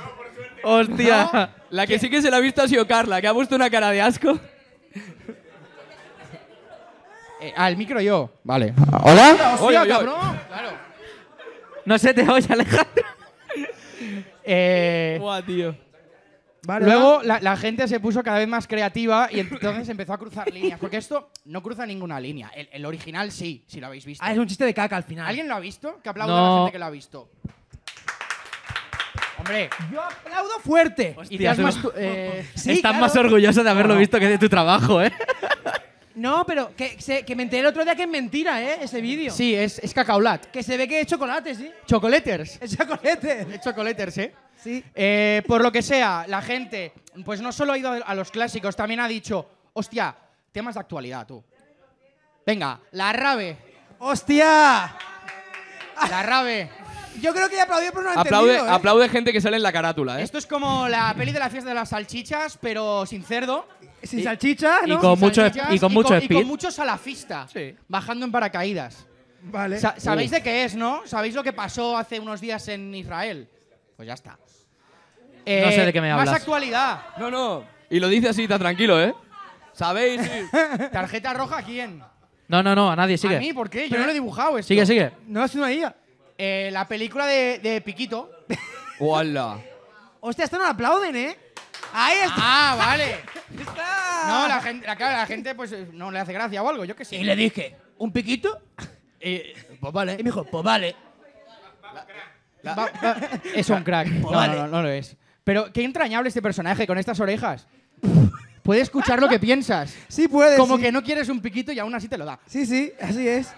Speaker 4: Hostia.
Speaker 1: ¿No?
Speaker 2: La que sí que se la ha visto ha sido Carla, que ha puesto una cara de asco.
Speaker 1: Eh, al micro yo. Vale.
Speaker 4: ¿Hola?
Speaker 1: Hostia,
Speaker 2: oye, oye.
Speaker 1: cabrón. Claro.
Speaker 4: No se te oye, Alejandro.
Speaker 1: Eh,
Speaker 2: Buah, tío.
Speaker 1: Luego la, la gente se puso cada vez más creativa y entonces empezó
Speaker 3: <laughs>
Speaker 1: a cruzar líneas. Porque esto no cruza ninguna línea. El, el original sí, si lo habéis visto.
Speaker 3: Ah, es un chiste de caca al final.
Speaker 1: ¿Alguien lo ha visto? Que aplauda a la
Speaker 4: No.
Speaker 1: gente que lo ha visto. Hombre,
Speaker 3: Yo aplaudo fuerte.
Speaker 1: y te has
Speaker 4: tú-
Speaker 1: mastur- <laughs> eh,
Speaker 3: Sí,
Speaker 4: Estás
Speaker 3: claro.
Speaker 4: más orgulloso de haberlo visto que de tu trabajo, ¿eh?
Speaker 3: No, pero que, se- que me enteré el otro día que es mentira, ¿eh? Ese vídeo.
Speaker 1: sí, es, es cacaulat.
Speaker 3: Que se ve que es chocolate, sí. <laughs>
Speaker 1: Chocolaters.
Speaker 3: Es chocolate.
Speaker 1: Es chocolaters, ¿eh?
Speaker 3: Sí.
Speaker 1: Eh, por lo que sea, la gente, pues no solo ha ido a los clásicos, también ha dicho, hostia, temas de actualidad, tú. Venga, la rave,
Speaker 3: ¡Hostia!
Speaker 1: la rave.
Speaker 3: Yo creo que he aplaudido, pero no lo he
Speaker 2: Aplaude,
Speaker 3: entendido, ¿eh?
Speaker 2: aplaude gente que sale en la carátula, ¿eh?
Speaker 1: Esto es como la peli de la fiesta de las salchichas, pero sin cerdo.
Speaker 3: Sin salchicha,
Speaker 4: y
Speaker 3: ¿no?
Speaker 4: con- mucho-
Speaker 1: salchichas
Speaker 4: y con mucho
Speaker 1: Y
Speaker 4: speed.
Speaker 1: con mucho salafista,
Speaker 2: Sí.
Speaker 1: bajando en paracaídas.
Speaker 3: Vale.
Speaker 1: Sa- ¿Sabéis de qué es, no? ¿Sabéis lo que pasó hace unos días en Israel? Pues ya está. Eh,
Speaker 4: sé de qué me
Speaker 1: Más
Speaker 4: hablas.
Speaker 1: actualidad.
Speaker 2: No, no. Y lo dice así, está tranquilo, ¿eh?
Speaker 4: <laughs>
Speaker 2: ¿Sabéis? Sí.
Speaker 1: ¿Tarjeta roja a quién?
Speaker 4: No, no, no, a nadie, sigue.
Speaker 1: ¿A mí? ¿Por qué? Yo no lo he dibujado esto.
Speaker 4: Sigue, sigue.
Speaker 3: No, es una IA.
Speaker 1: Eh, la película de, de Piquito.
Speaker 2: ¡Hola!
Speaker 3: Hostia, esto no lo aplauden, ¿eh? Ahí está.
Speaker 1: Ah, vale.
Speaker 3: está.
Speaker 1: <laughs> No, la gente, la, claro, la gente pues eh, no le hace gracia o algo, yo qué sé. Eh,
Speaker 3: Y le dije, ¿un piquito? pues vale. Y me dijo, pues vale.
Speaker 1: Va- va-
Speaker 3: <laughs>
Speaker 1: es un crack.
Speaker 3: Pues
Speaker 1: No, no, no, no lo es. Pero qué entrañable este personaje con estas orejas. Puede escuchar lo
Speaker 3: <laughs>
Speaker 1: que piensas.
Speaker 3: Sí puedes.
Speaker 1: Como
Speaker 3: sí.
Speaker 1: que no quieres un piquito y aún así te lo da.
Speaker 3: Sí, sí, así es.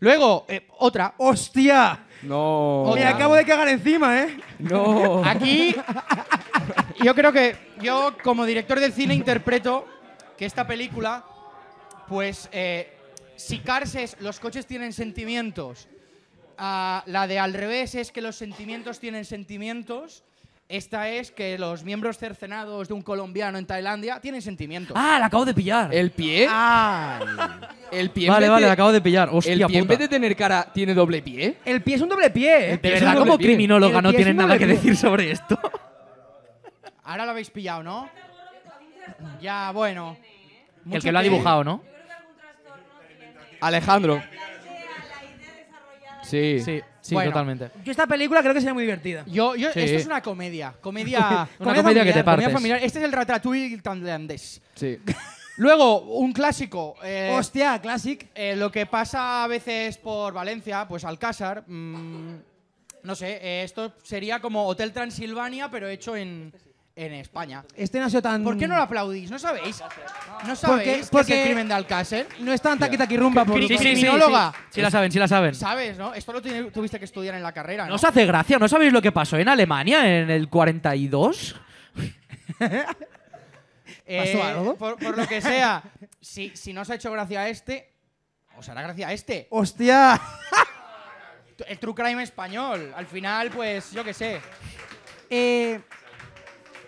Speaker 1: Luego, eh, otra.
Speaker 3: ¡Hostia!
Speaker 2: No.
Speaker 1: Hola.
Speaker 3: Me acabo de cagar encima, ¿eh?
Speaker 2: No.
Speaker 1: Aquí, yo creo que yo como director de cine interpreto que esta película, pues, eh, si Cars es los coches tienen sentimientos, ah, la de al revés es que los sentimientos tienen sentimientos, esta es que los miembros cercenados de un colombiano en Tailandia tienen sentimientos.
Speaker 4: Ah, la acabo de pillar.
Speaker 2: ¿El pie?
Speaker 3: ¡Ah!
Speaker 2: El pie. en
Speaker 4: Vale,
Speaker 2: vez
Speaker 4: vale,
Speaker 2: de-
Speaker 4: la acabo de pillar. Hostia,
Speaker 2: El pie en
Speaker 4: puta.
Speaker 2: vez de tener cara, ¿tiene doble pie?
Speaker 3: El pie es un doble pie, ¿eh?
Speaker 4: De
Speaker 2: es un
Speaker 4: verdad,
Speaker 2: doble
Speaker 4: como
Speaker 2: pie.
Speaker 4: criminóloga
Speaker 3: El
Speaker 4: no
Speaker 3: pie es
Speaker 4: tienes
Speaker 3: un
Speaker 4: nada
Speaker 3: doble
Speaker 4: que
Speaker 3: pie.
Speaker 4: decir sobre esto.
Speaker 1: Ahora lo habéis pillado, ¿no? Ya, bueno. Mucho
Speaker 4: El que lo ha dibujado, ¿no?
Speaker 2: Alejandro. Sí.
Speaker 4: Sí, sí,
Speaker 1: Bueno.
Speaker 4: totalmente.
Speaker 3: Yo esta película creo que sería muy divertida.
Speaker 1: Yo, yo,
Speaker 4: Sí.
Speaker 1: Esto es una comedia. Comedia.
Speaker 4: <laughs> Una comedia que te
Speaker 1: comedia
Speaker 4: partes.
Speaker 1: familiar. Este es el Ratatouille tailandés.
Speaker 2: Sí.
Speaker 1: Luego, un clásico. eh,
Speaker 3: Hostia, classic.
Speaker 1: eh, lo que pasa a veces por Valencia, pues Alcázar. mm, no sé, eh, esto sería como Hotel Transilvania, pero hecho en, en España.
Speaker 3: Este no ha sido tan...
Speaker 1: ¿Por qué no lo aplaudís? ¿no sabéis? ¿No
Speaker 3: Porque-
Speaker 1: sabéis que es
Speaker 3: porque-
Speaker 1: el crimen de Alcácer?
Speaker 3: No es tan taquitaquirumba por...
Speaker 1: Sí,
Speaker 3: por-
Speaker 1: sí, sí. criminóloga.
Speaker 4: Sí, la saben, sí la saben.
Speaker 1: ¿Sabes, no? Esto lo tiene- tuviste que estudiar en la carrera,
Speaker 4: ¿No
Speaker 1: ¿no?
Speaker 4: os hace gracia? ¿No sabéis lo que pasó en Alemania en el 42?
Speaker 1: Eh,
Speaker 3: ¿Pasó algo?
Speaker 1: Por, por lo que sea, si, si no os ha hecho gracia este, os hará gracia este.
Speaker 3: Hostia.
Speaker 1: El true crime español. Al final, pues, yo qué sé.
Speaker 3: Eh,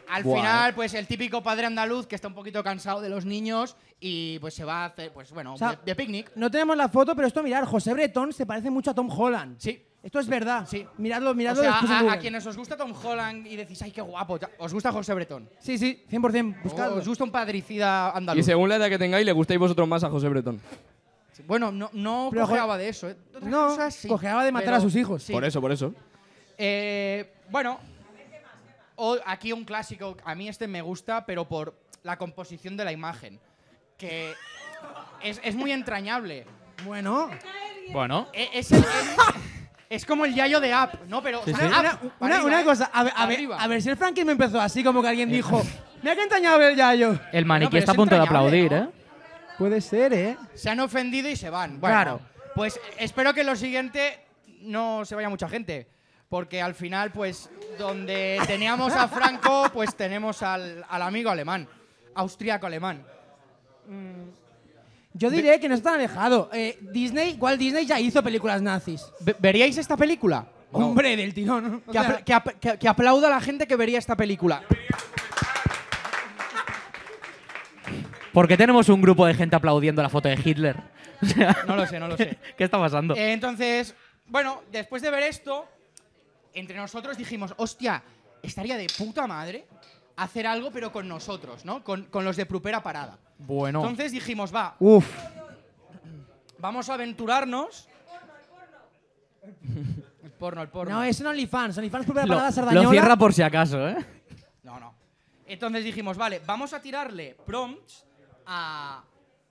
Speaker 1: Al
Speaker 2: Buah,
Speaker 1: final, pues el típico padre andaluz que está un poquito cansado de los niños y pues se va a hacer, pues bueno,
Speaker 3: O sea-
Speaker 1: de, de picnic.
Speaker 3: no tenemos la foto, pero esto, mirar, José Bretón se parece mucho a Tom Holland.
Speaker 1: Sí.
Speaker 3: Esto es verdad.
Speaker 1: Sí.
Speaker 3: Miradlo,
Speaker 1: O
Speaker 3: miradlo
Speaker 1: sea,
Speaker 3: después en
Speaker 1: a, a
Speaker 3: Google.
Speaker 1: quienes os gusta Tom Holland y decís, ay, qué guapo, ta- os gusta José Bretón.
Speaker 3: Sí, sí, 100%.
Speaker 1: O
Speaker 3: Buscadlo.
Speaker 1: Os gusta un padricida
Speaker 2: Y
Speaker 1: andaluz.
Speaker 2: según la edad que tengáis, le gustáis vosotros más a José Bretón.
Speaker 1: Bueno, no, no
Speaker 3: Pero,
Speaker 1: cojeaba de eso. ¿eh? Otras
Speaker 3: No,
Speaker 1: cosas sí,
Speaker 3: cojeaba de matar a sus hijos.
Speaker 1: sí.
Speaker 2: Por eso, por eso.
Speaker 1: Eh, bueno, o- aquí un clásico. A mí este me gusta, pero por la composición de la imagen. Que es, es muy entrañable.
Speaker 3: Bueno.
Speaker 4: Bueno.
Speaker 1: E- Es, el- es- es como el yayo de app, ¿no? Pero o sea,
Speaker 4: sí.
Speaker 1: app,
Speaker 3: Una,
Speaker 1: para
Speaker 3: una-
Speaker 1: Ah, arriba,
Speaker 3: una
Speaker 1: ¿eh?
Speaker 3: cosa, a ver, a
Speaker 1: Para
Speaker 3: ver-
Speaker 1: arriba. Eh.
Speaker 3: a ver si el franquismo empezó así, como que alguien dijo, mira que entrañable el yayo.
Speaker 4: El
Speaker 1: Bueno,
Speaker 4: maniquí
Speaker 1: pero
Speaker 4: está a
Speaker 1: es
Speaker 4: punto de
Speaker 1: entrañable,
Speaker 4: aplaudir,
Speaker 1: ¿no?
Speaker 4: ¿eh?
Speaker 3: Puede ser, ¿eh?
Speaker 1: Se han ofendido y se van. Bueno,
Speaker 3: Claro.
Speaker 1: Pues espero que lo siguiente no se vaya mucha gente. Porque al final, pues, donde teníamos a Franco, pues tenemos al, al amigo alemán, austriaco alemán.
Speaker 3: Yo diré que no está tan alejado. Eh, Disney, Walt Disney ya hizo películas nazis.
Speaker 1: Ve- ¿Veríais esta película?
Speaker 3: Hombre, del tirón. O
Speaker 1: Que,
Speaker 3: sea,
Speaker 1: apl- que ap- que- que aplauda a la gente que vería esta película.
Speaker 4: ¿Por qué tenemos un grupo de gente aplaudiendo la foto de Hitler? <laughs> O sea,
Speaker 1: No lo sé, no
Speaker 4: <laughs>
Speaker 1: lo sé.
Speaker 4: ¿Qué está pasando?
Speaker 1: Eh, entonces, bueno, después de ver esto, entre nosotros dijimos, hostia, estaría de puta madre hacer algo, pero con nosotros, ¿no? Con, con los de Prupera Parada.
Speaker 4: bueno.
Speaker 1: Entonces dijimos, va,
Speaker 3: Uf.
Speaker 1: vamos a aventurarnos. El porno, el porno.
Speaker 3: No, es un OnlyFans. OnlyFans por la
Speaker 4: lo,
Speaker 3: palabra
Speaker 4: lo
Speaker 3: Sardañola.
Speaker 4: cierra por si acaso, ¿eh?
Speaker 1: No, no. Entonces dijimos, vale, vamos a tirarle prompts a,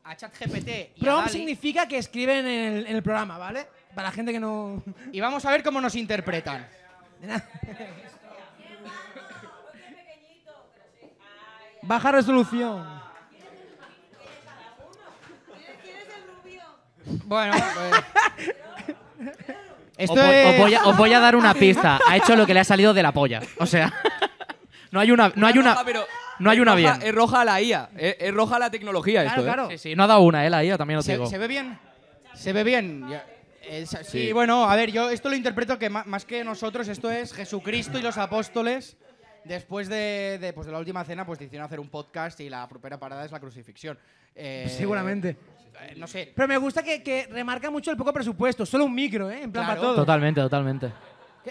Speaker 1: a ChatGPT y a
Speaker 3: Prom
Speaker 1: DALL-E,
Speaker 3: significa que escriben en el, en el programa, ¿vale? Para la gente que no...
Speaker 1: y vamos a ver cómo nos interpretan.
Speaker 3: Baja resolución.
Speaker 1: Bueno, pues,
Speaker 4: Os
Speaker 1: esto
Speaker 4: voy- os,
Speaker 1: es...
Speaker 4: voy a, os voy a dar una pista. Ha hecho lo que le ha salido de la polla. O sea, <laughs> no hay una, no hay una,
Speaker 2: roja, pero
Speaker 4: no hay
Speaker 2: es
Speaker 4: una
Speaker 2: roja-
Speaker 4: bien.
Speaker 2: Es roja a la IA, es, es roja a la tecnología
Speaker 3: Claro,
Speaker 2: esto. ¿eh?
Speaker 3: claro.
Speaker 4: Sí, sí, no ha dado una, ¿eh? La IA también lo
Speaker 1: ¿Se,
Speaker 4: digo.
Speaker 1: se ve bien? ¿Se ve bien? Ya, eh, sa- sí.
Speaker 2: Sí.
Speaker 1: bueno, a ver, yo esto lo interpreto que ma- más que nosotros, esto es Jesucristo y los apóstoles. Después de, de, pues, de la última cena, pues decidieron hacer un podcast y la primera parada es la crucifixión. Eh,
Speaker 3: Seguramente.
Speaker 1: eh, no sé.
Speaker 3: Pero me gusta que, que remarca mucho el poco presupuesto. Solo un micro, ¿eh? En plan para
Speaker 1: Claro.
Speaker 3: todo.
Speaker 4: Totalmente, totalmente.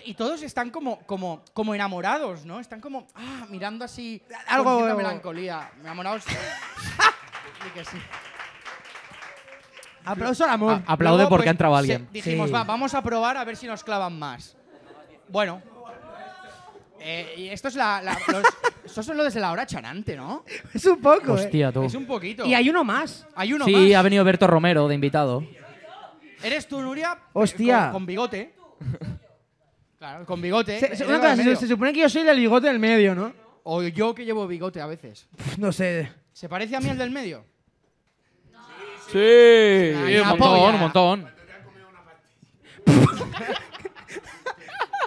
Speaker 1: Y todos están como, como, como enamorados, ¿no? Están como ah, mirando así
Speaker 3: Algo-
Speaker 1: con cierta melancolía.
Speaker 3: <laughs>
Speaker 1: Enamorados. Sí que sí.
Speaker 3: Aplauso al amor.
Speaker 4: A- aplaude
Speaker 1: Luego,
Speaker 4: porque
Speaker 1: pues,
Speaker 4: ha entrado
Speaker 1: se-
Speaker 4: alguien.
Speaker 1: dijimos,
Speaker 4: Sí.
Speaker 1: va, vamos a probar a ver si nos clavan más. Bueno. Eh, y esto es la. la-
Speaker 3: <laughs>
Speaker 1: los- eso son lo desde la hora chanante, ¿no?
Speaker 3: Es un poco, ¿eh?
Speaker 4: Hostia, tú.
Speaker 1: Es un poquito.
Speaker 3: Y hay uno más.
Speaker 1: Hay uno
Speaker 4: Sí, ha
Speaker 1: más.
Speaker 4: venido Berto Romero de invitado.
Speaker 1: Eres tú, Nuria.
Speaker 3: Hostia.
Speaker 1: Con, con bigote. Claro, con bigote.
Speaker 3: Se- se-
Speaker 1: Eres
Speaker 3: una
Speaker 1: la
Speaker 3: cosa,
Speaker 1: de
Speaker 3: se,
Speaker 1: eh, medio.
Speaker 3: se supone que yo soy el bigote del medio, ¿no?
Speaker 1: O yo que llevo bigote a veces.
Speaker 3: Pff, no sé.
Speaker 1: ¿Se parece a mí el del medio?
Speaker 2: Sí.
Speaker 1: Ay,
Speaker 4: Sí, un
Speaker 1: una
Speaker 4: montón,
Speaker 1: polla.
Speaker 4: un montón.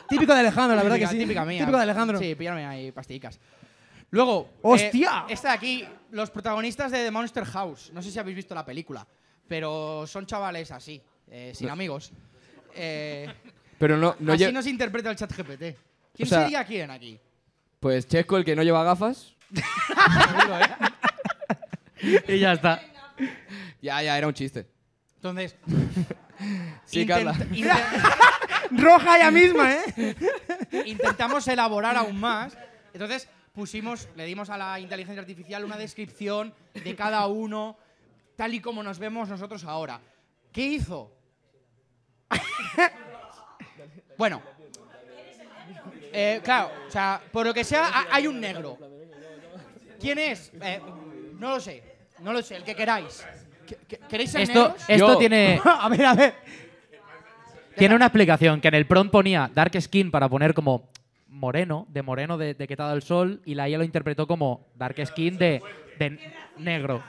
Speaker 3: Típico de Alejandro, la verdad
Speaker 1: Típica-
Speaker 3: que sí.
Speaker 1: Típica mía.
Speaker 3: Típico de Alejandro.
Speaker 1: Sí, píllame ahí pastillicas. Luego.
Speaker 3: ¡Hostia!
Speaker 1: eh, esta de aquí, los protagonistas de The Monster House. No sé si habéis visto la película, pero son chavales así, eh, sin amigos. Eh,
Speaker 2: Pero no, no
Speaker 1: así
Speaker 2: lle-
Speaker 1: nos interpreta el chat GPT. ¿Quién
Speaker 2: O sea-
Speaker 1: sería
Speaker 3: <laughs>
Speaker 1: quién aquí?
Speaker 2: Pues Chesco, el que no lleva gafas.
Speaker 1: Seguro, ¿eh?
Speaker 4: Y ya está.
Speaker 2: Ya, ya, era un chiste.
Speaker 1: Entonces.
Speaker 2: Sí,
Speaker 1: intent-
Speaker 2: Carla.
Speaker 1: intent-
Speaker 3: Roja ella misma,
Speaker 1: <laughs>
Speaker 3: ¿eh?
Speaker 1: intentamos elaborar aún más. Entonces pusimos, le dimos a la inteligencia artificial una descripción de cada uno, tal y como nos vemos nosotros ahora. ¿Qué hizo? <laughs> bueno. Eh, claro, o sea, por lo que sea, ha- hay un negro. ¿Quién es? Eh, no lo sé. No lo sé, el que queráis. ¿Que- que- ¿Queréis ser
Speaker 4: Esto,
Speaker 1: negros?
Speaker 4: esto
Speaker 2: Yo.
Speaker 1: Eh.
Speaker 4: <laughs> tiene,
Speaker 3: <laughs> a ver, a ver.
Speaker 4: tiene una explicación, que en el prompt ponía dark skin para poner como moreno, de moreno de, de que te ha dado el sol, y la IA lo interpretó como dark skin de, de negro.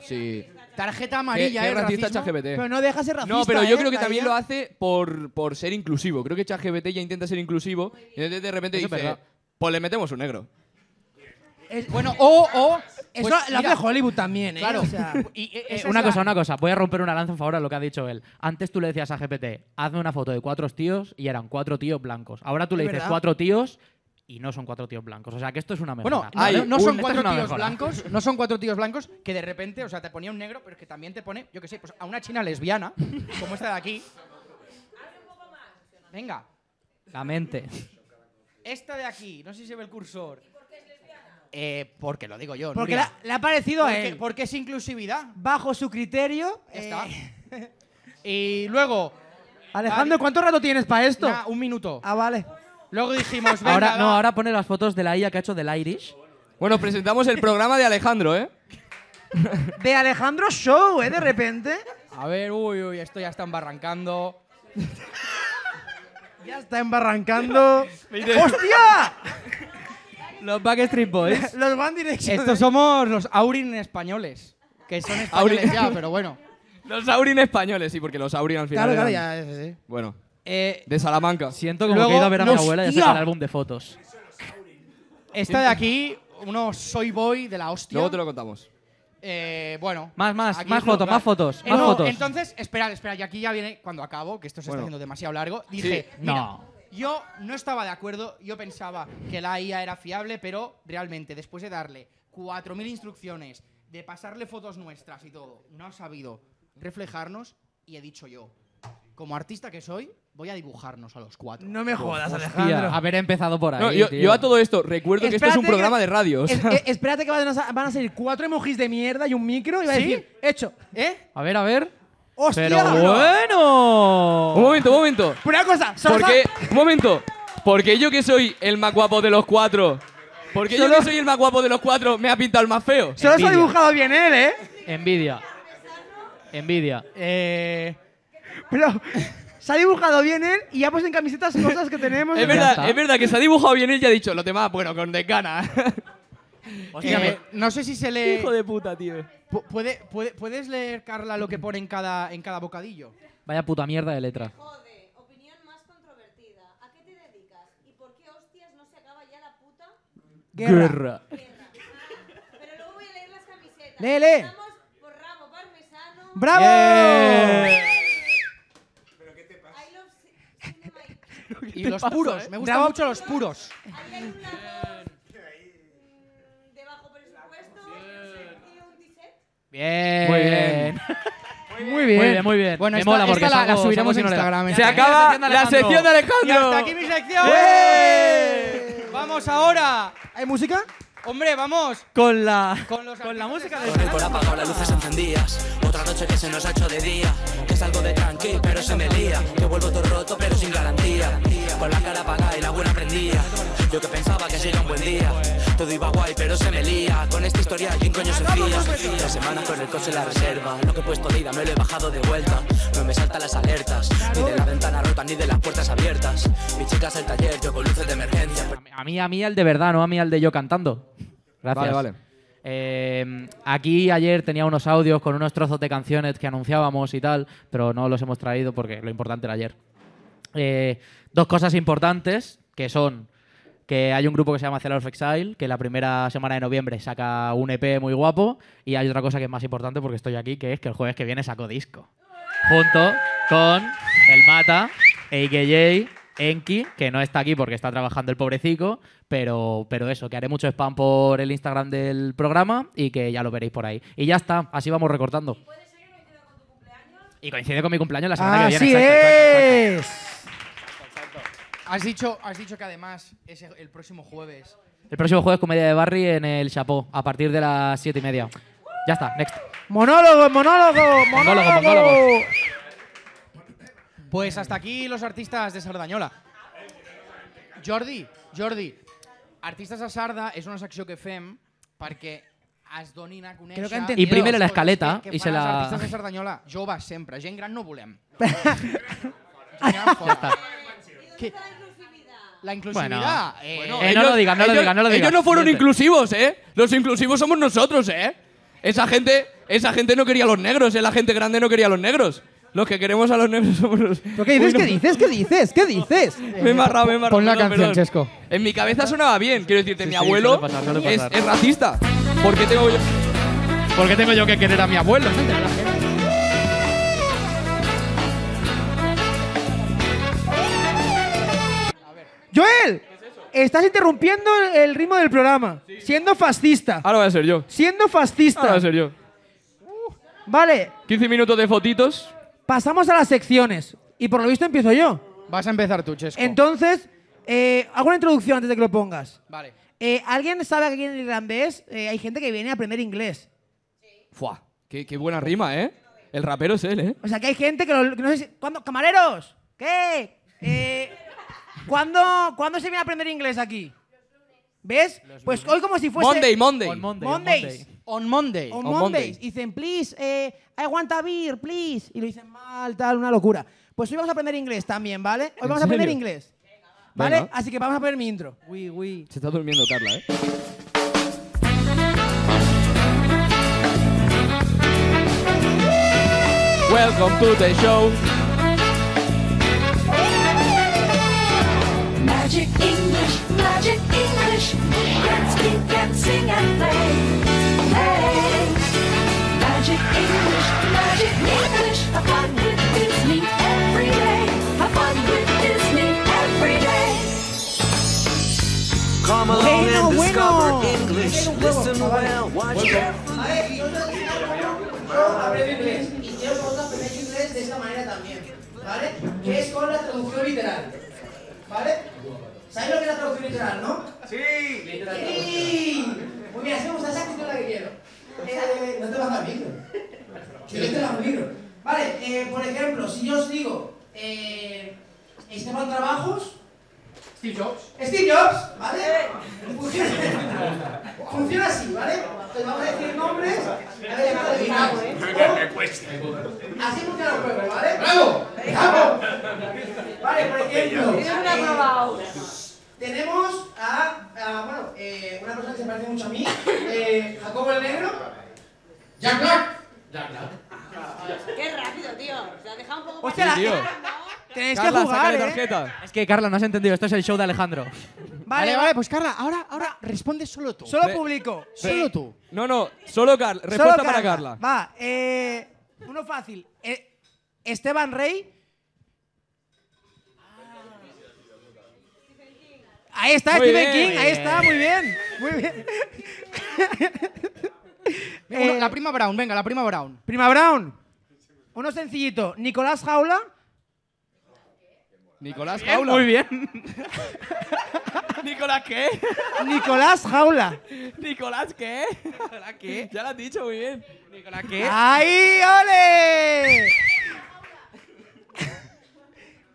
Speaker 2: Sí.
Speaker 1: Tarjeta
Speaker 2: ¿Qué,
Speaker 1: amarilla,
Speaker 2: qué
Speaker 1: ¿eh?
Speaker 2: racista
Speaker 1: racismo.
Speaker 2: ChatGPT?
Speaker 3: Pero no deja ser racista.
Speaker 2: No, pero yo
Speaker 3: ¿eh?
Speaker 2: creo que
Speaker 3: La
Speaker 2: también
Speaker 3: IA.
Speaker 2: lo hace por, por ser inclusivo. Creo que ChatGPT ya intenta ser inclusivo y entonces de repente
Speaker 4: Eso es
Speaker 2: dice,
Speaker 4: verdad.
Speaker 2: pues le metemos un negro.
Speaker 1: Bueno, o, o.
Speaker 3: Eso
Speaker 1: pues,
Speaker 3: lo
Speaker 1: mira,
Speaker 3: hace Hollywood también, ¿eh?
Speaker 1: Claro.
Speaker 3: O
Speaker 1: <laughs>
Speaker 3: sea,
Speaker 1: Y, eh,
Speaker 4: Eh,
Speaker 1: esa
Speaker 4: una
Speaker 1: es la-
Speaker 4: cosa, una cosa. Voy a romper una lanza en favor de lo que ha dicho él. Antes tú le decías a GPT, hazme una foto de cuatro tíos y eran cuatro tíos blancos. Ahora tú le
Speaker 3: Es
Speaker 4: dices
Speaker 3: verdad.
Speaker 4: cuatro tíos y no son cuatro tíos blaos. O sea que esto es una mejora.
Speaker 1: Bueno,
Speaker 2: Hay
Speaker 1: no, no
Speaker 2: un-
Speaker 1: son
Speaker 4: esta es
Speaker 1: cuatro
Speaker 4: una
Speaker 1: tíos
Speaker 4: mejora.
Speaker 1: blancos, no son cuatro tíos blancos que de repente, o sea, te ponía un negro, pero es que también te pone, yo qué sé, pues a una china lesbiana, como esta de aquí. Venga,
Speaker 4: La mente.
Speaker 1: esta de aquí, no sé si se ve el cursor. Eh, porque lo digo yo.
Speaker 3: porque
Speaker 1: Nuria.
Speaker 3: la- le ha parecido a
Speaker 1: Porque-
Speaker 3: él.
Speaker 1: porque es inclusividad.
Speaker 3: Bajo su criterio.
Speaker 1: Ya
Speaker 3: eh,
Speaker 1: está. <laughs> Y luego,
Speaker 3: Alejandro, ¿cuánto rato tienes para esto?
Speaker 1: na, un minuto.
Speaker 3: Ah, vale.
Speaker 1: Luego dijimos, venga,
Speaker 4: Ahora, no,
Speaker 1: va.
Speaker 4: ahora pone las fotos de la IA que ha hecho del Irish.
Speaker 2: Bueno, presentamos el programa de Alejandro, ¿eh?
Speaker 3: De Alejandro Show, ¿eh? De repente.
Speaker 1: A ver, uy, uy, esto ya está embarrancando.
Speaker 3: <laughs> Ya está embarrancando. ¡Hostia!
Speaker 4: Los Backstreet Boys.
Speaker 3: Los Van Direction.
Speaker 1: Estos somos los Aurin españoles. Que son españoles ya, pero bueno.
Speaker 2: Los Aurin españoles, sí, porque los Aurin al final
Speaker 3: Claro, claro,
Speaker 2: eran-
Speaker 3: ya. es así.
Speaker 2: Bueno,
Speaker 1: Eh,
Speaker 2: de
Speaker 4: <laughs>
Speaker 2: Salamanca.
Speaker 4: Siento como
Speaker 1: Luego-
Speaker 4: que he ido a ver a mi
Speaker 1: ¡Hostia!
Speaker 4: abuela y a sacar el álbum de fotos.
Speaker 1: esta de aquí, uno soy boy de la hostia.
Speaker 2: Luego te lo contamos.
Speaker 1: Eh, bueno.
Speaker 4: Más, más,
Speaker 1: aquí
Speaker 4: más
Speaker 1: es lo-
Speaker 4: fotos, más fotos,
Speaker 1: Eh,
Speaker 4: más
Speaker 1: no,
Speaker 4: fotos.
Speaker 1: Entonces, esperad, esperad, y aquí ya viene cuando acabo, que esto se está haciendo demasiado largo. Dije,
Speaker 4: Sí.
Speaker 1: mira,
Speaker 4: No.
Speaker 1: yo no estaba de acuerdo, yo pensaba que la IA era fiable, pero realmente después de darle 4.000 instrucciones, de pasarle fotos nuestras y todo, no ha sabido reflejarnos y he dicho yo, como artista que soy, voy a dibujarnos a los cuatro.
Speaker 3: No me jodas,
Speaker 4: Tía,
Speaker 3: Alejandro.
Speaker 4: haber empezado por ahí.
Speaker 2: No, yo,
Speaker 4: tío.
Speaker 2: yo a todo esto recuerdo que esto es un
Speaker 3: Espérate
Speaker 2: programa
Speaker 3: que-
Speaker 2: de radio. o <laughs>
Speaker 3: Es-
Speaker 2: sea.
Speaker 3: eh, espérate que van a, sa- van a salir cuatro emojis de mierda y un micro y va a
Speaker 1: ¿Sí?
Speaker 3: decir, hecho.
Speaker 1: ¿Eh?
Speaker 4: A ver, a ver.
Speaker 3: ¡Hostia!
Speaker 4: Pero bueno.
Speaker 2: un momento, un momento.
Speaker 3: Pero una cosa, solo
Speaker 2: Porque, un momento. Porque yo que soy el más guapo de los cuatro. Porque yo que soy el más guapo de los cuatro me ha pintado el más feo.
Speaker 3: solo se ha
Speaker 4: envidia.
Speaker 3: dibujado bien él, ¿eh?
Speaker 4: Envidia. Envidia.
Speaker 1: Eh...
Speaker 3: Pero <laughs> se ha dibujado bien él y ha puesto en camisetas cosas que tenemos.
Speaker 2: Es
Speaker 4: está.
Speaker 2: verdad, es verdad que se ha dibujado bien él y ha dicho los demás, bueno, con desgana. <laughs>
Speaker 1: Hostia,
Speaker 4: Eh,
Speaker 1: me- no sé si se le...
Speaker 2: Hijo de puta, tío.
Speaker 1: Pu- puede- puede- ¿Puedes leer, Carla, lo que pone en cada, en cada
Speaker 3: <laughs>
Speaker 1: bocadillo?
Speaker 4: Vaya puta mierda de letra.
Speaker 7: Jode, opinión más controvertida. ¿A qué te dedicas? ¿Y por qué hostias no se acaba ya la puta guerra? Ah, Pero luego voy a leer las camisetas.
Speaker 3: Lee, lee.
Speaker 7: Estamos por ramo parmesano.
Speaker 3: ¡Bravo!
Speaker 7: I love ci- cinema y-
Speaker 1: Y los puros,
Speaker 3: eh?
Speaker 1: me gustan mucho los puros.
Speaker 7: Ahí hay un arroz mm, de bajo presupuesto y un tiset.
Speaker 4: Bien.
Speaker 2: Muy bien.
Speaker 4: Muy bien. Muy bien, muy bien.
Speaker 1: Bueno,
Speaker 4: Me
Speaker 1: esta-
Speaker 4: mola
Speaker 1: esta
Speaker 4: porque
Speaker 1: la- la
Speaker 4: somos-
Speaker 1: subiremos
Speaker 4: somos
Speaker 1: en
Speaker 4: una
Speaker 1: Instagram,
Speaker 4: oreja.
Speaker 1: Se
Speaker 2: acaba la sección de Alejandro.
Speaker 1: Y hasta aquí mi sección.
Speaker 4: ¡Eh!
Speaker 1: Vamos ahora.
Speaker 3: ¿Hay música?
Speaker 1: Hombre, vamos.
Speaker 4: Con la.
Speaker 1: Con, los
Speaker 4: Con la
Speaker 1: artistas
Speaker 4: música
Speaker 1: de-
Speaker 4: de-
Speaker 8: Con el por apagado, las luces encendidas. Otra noche que se nos ha hecho de día. Que salgo de tranqui, pero se me lía. Que vuelvo todo roto, pero sin garantía. Con la cara apagada y la buena prendía. Yo que pensaba que sería un buen día. Todo iba guay, pero se me lía. Con esta historia, ¿quién coño se fía? Tres semanas con el coche en la reserva. Lo que he puesto vida me lo he bajado de vuelta. No me saltan las alertas. Ni de la ventana rota, ni de las puertas abiertas. Mi chica es el taller, yo con luces de emergencia.
Speaker 4: A mí, a mí el de verdad, no a mí el de yo cantando. Gracias.
Speaker 2: Vale, vale.
Speaker 4: Eh, aquí ayer tenía unos audios con unos trozos de canciones que anunciábamos y tal, pero no los hemos traído porque lo importante era ayer. Eh, dos cosas importantes que son que hay un grupo que se llama Cellar of Exile, que la primera semana de noviembre saca un EP muy guapo, y hay otra cosa que es más importante porque estoy aquí, que es que el jueves que viene saco disco. Junto con El Mata, AKJ, Enki, que no está aquí porque está trabajando el pobrecico, pero, pero eso, que haré mucho spam por el Instagram del programa y que ya lo veréis por ahí. Y ya está, así vamos recortando. Y coincide con mi cumpleaños la semana que viene.
Speaker 3: Así
Speaker 4: exacto, exacto, exacto.
Speaker 3: es.
Speaker 1: Has dicho, has dicho que además es el el próximo jueves.
Speaker 4: El próximo jueves comedia de Barry en el Chapó, a partir de las 7 y media. Ya está, next.
Speaker 3: Monólogo, monólogo, monólogo.
Speaker 4: Monólogo, monólogo.
Speaker 1: Pues hasta aquí los artistas de Sardañola. Jordi, Jordi, Artistes de Sarda és una secció que fem perquè es donin a conèixer...
Speaker 3: Creo que ha entendido.
Speaker 4: I primer la escaleta,
Speaker 1: Que, que
Speaker 4: i se
Speaker 1: fan
Speaker 4: la-
Speaker 1: els artistes de Cerdanyola, joves sempre, gent gran no
Speaker 3: <laughs>
Speaker 1: volem. Gent gran fora. Que-
Speaker 7: La inclusividad.
Speaker 1: La inclusividad. eh,
Speaker 4: Eh, no lo digas, no lo
Speaker 2: ellos-
Speaker 4: digas, no lo digas.
Speaker 2: Ellos no fueron
Speaker 4: Siguiente.
Speaker 2: inclusivos, ¿eh? Los inclusivos somos nosotros, ¿eh? Esa gente, esa gente no quería a los negros, ¿eh? La gente grande no quería a los negros. Los que queremos a los negros <laughs> somos los...
Speaker 3: ¿Pero qué dices? ¿Qué dices? ¿Qué dices? ¿Qué dices?
Speaker 2: Me he embarrado, me he embarrado.
Speaker 1: Pon la
Speaker 2: perdón,
Speaker 1: canción,
Speaker 2: perdón.
Speaker 1: Chesco.
Speaker 2: En mi cabeza sonaba bien. Quiero decirte, mi
Speaker 4: sí,
Speaker 2: abuelo
Speaker 4: suele pasar, suele
Speaker 2: es,
Speaker 4: pasar.
Speaker 2: es racista. ¿Por qué tengo yo...?
Speaker 4: ¿Por qué tengo yo que querer a mi abuelo?
Speaker 3: Joel, estás interrumpiendo el- el ritmo del programa. Siendo fascista.
Speaker 1: Ah.
Speaker 2: Ahora voy a ser yo.
Speaker 3: Siendo
Speaker 2: Ahora
Speaker 3: fascista.
Speaker 2: voy a ser yo.
Speaker 3: Vale,
Speaker 2: 15 minutos de fotitos.
Speaker 3: pasamos a las secciones. Y por lo visto empiezo yo.
Speaker 1: Vas a empezar tú, Chesco.
Speaker 3: Entonces, eh, hago una introducción antes de que lo pongas.
Speaker 1: vale.
Speaker 3: Eh, ¿Alguien sabe que aquí en irlandés eh, hay gente que viene a aprender inglés?
Speaker 2: Fua, qué, qué buena rima, ¿eh? El rapero es él, ¿eh?
Speaker 3: O sea, que hay gente que, lo- que no sé si... ¿cuándo- ¡Camareros! ¿Qué? Eh, ¿cuándo, ¿Cuándo se viene a aprender inglés aquí? ¿Ves? Pues hoy como si fuese...
Speaker 2: Monday, Monday.
Speaker 3: Mondays.
Speaker 1: On Monday.
Speaker 3: O
Speaker 2: On
Speaker 3: Mondays.
Speaker 2: Mondays.
Speaker 3: Dicen, please, eh, I want a beer, please. Y lo dicen mal, tal, una locura. Pues hoy vamos a aprender inglés también, ¿vale? Hoy vamos a aprender
Speaker 2: serio?
Speaker 3: inglés. ¿Vale?
Speaker 2: Venga.
Speaker 3: Así que vamos a poner mi intro. Oui, oui.
Speaker 2: Se está durmiendo Carla, ¿eh? Welcome to the show.
Speaker 9: Magic English, magic English. Let's speak and sing and play. Hey,
Speaker 6: come along
Speaker 3: Bueno,
Speaker 6: and discover
Speaker 3: bueno.
Speaker 6: English.
Speaker 3: Tiene un huevo,
Speaker 6: Listen
Speaker 3: chaval.
Speaker 6: well, watch carefully.
Speaker 10: Yo aprendo inglés y quiero que vosotros aprendáis inglés de esta manera también, ¿vale? Que es con la traducción literal, ¿vale? ¿Sabéis lo que es la traducción literal, no? Sí. Sí. Muy bien, hacemos esa que es la que quiero. Eh, no te vas a micro. Si yo te las micro. Vale, eh, por ejemplo, si yo os digo, eh, Esteban Trabajos,
Speaker 1: Steve Jobs.
Speaker 10: Steve Jobs, ¿vale? Funciona, funciona así, ¿vale? Te vamos a decir nombres, a ver si lo adivináis. Así funciona el juego, ¿vale? ¡Bravo! ¡Bravo! Vale, por ejemplo. eh, Tenemos a, a, bueno, eh, una persona que se parece mucho a mí, eh, Jacobo el Negro. ¡Jack Black!
Speaker 7: Qué rápido, tío. Se ha dejado un poco
Speaker 3: Hostia,
Speaker 7: para-
Speaker 3: la-
Speaker 2: tío.
Speaker 3: Tenéis
Speaker 2: Carla,
Speaker 3: que jugar,
Speaker 2: sácale
Speaker 3: ¿eh?
Speaker 2: tarjeta.
Speaker 4: Es que, Carla, no has entendido. Esto es el show de Alejandro.
Speaker 1: Vale,
Speaker 3: Vale,
Speaker 1: vale, pues Carla, ahora, ahora responde solo tú.
Speaker 3: Solo
Speaker 2: Re-
Speaker 3: público.
Speaker 1: Solo tú.
Speaker 2: No, no, solo Carla.
Speaker 3: Solo
Speaker 2: Respuesta para Carla.
Speaker 3: Va, eh, uno fácil. Eh, Esteban Rey. Ah. Ahí está,
Speaker 2: Muy
Speaker 3: Stephen
Speaker 2: bien.
Speaker 3: King. Ahí está, muy bien. Muy bien.
Speaker 1: Uno-
Speaker 3: Eh,
Speaker 1: la prima Brown, venga, la prima Brown.
Speaker 3: Prima Brown. Uno sencillito. Nicolás Jaula.
Speaker 2: Nicolás
Speaker 3: eh,
Speaker 2: Jaula. Muy bien. ¿Nicolás qué?
Speaker 3: Nicolás Jaula.
Speaker 2: <laughs> ¿Nicolás qué? ¿Nicolás qué? <laughs> Ya lo has dicho muy bien. ¿Nicolás qué?
Speaker 3: ¡Ahí, ole!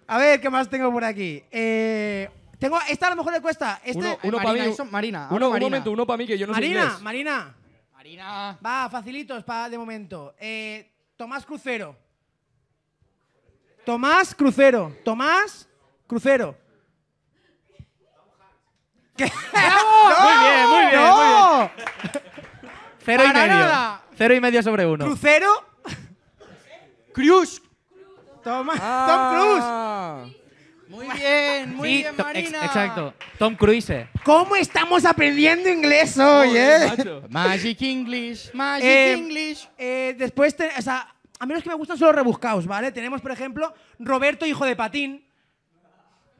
Speaker 3: A ver, ¿qué más tengo por aquí? Eh, tengo, esta a lo mejor le cuesta. Este,
Speaker 2: Uno,
Speaker 1: Ay,
Speaker 2: uno para
Speaker 1: Marina,
Speaker 2: mí.
Speaker 1: eso, Marina, ahora
Speaker 2: uno, un
Speaker 1: Marina.
Speaker 2: momento, uno para mí que yo no sé
Speaker 3: Marina,
Speaker 2: inglés.
Speaker 3: Marina.
Speaker 1: Marina.
Speaker 3: Va, facilitos pa, de momento. Eh, Tomás Crucero. Tomás Crucero. Tomás Crucero. ¿Qué?
Speaker 4: Muy bien, muy bien, muy bien.
Speaker 3: ¡No!
Speaker 4: Cero y
Speaker 1: Para
Speaker 4: medio.
Speaker 1: nada.
Speaker 4: Cero y medio sobre uno.
Speaker 3: ¿Crucero? Cruz. Tomás,
Speaker 4: Ah.
Speaker 3: Tom Cruise.
Speaker 2: Ah.
Speaker 1: Muy bien, muy
Speaker 4: Sí,
Speaker 1: bien,
Speaker 4: to- ex-
Speaker 1: Marina.
Speaker 4: exacto. Tom Cruise.
Speaker 3: ¿Cómo estamos aprendiendo inglés hoy, eh?
Speaker 1: Magic English, Magic
Speaker 3: Eh,
Speaker 1: English.
Speaker 3: eh, después, te- o sea, a mí los que me gustan son los rebuscados, ¿vale? Tenemos, por ejemplo, Roberto, hijo de Patín.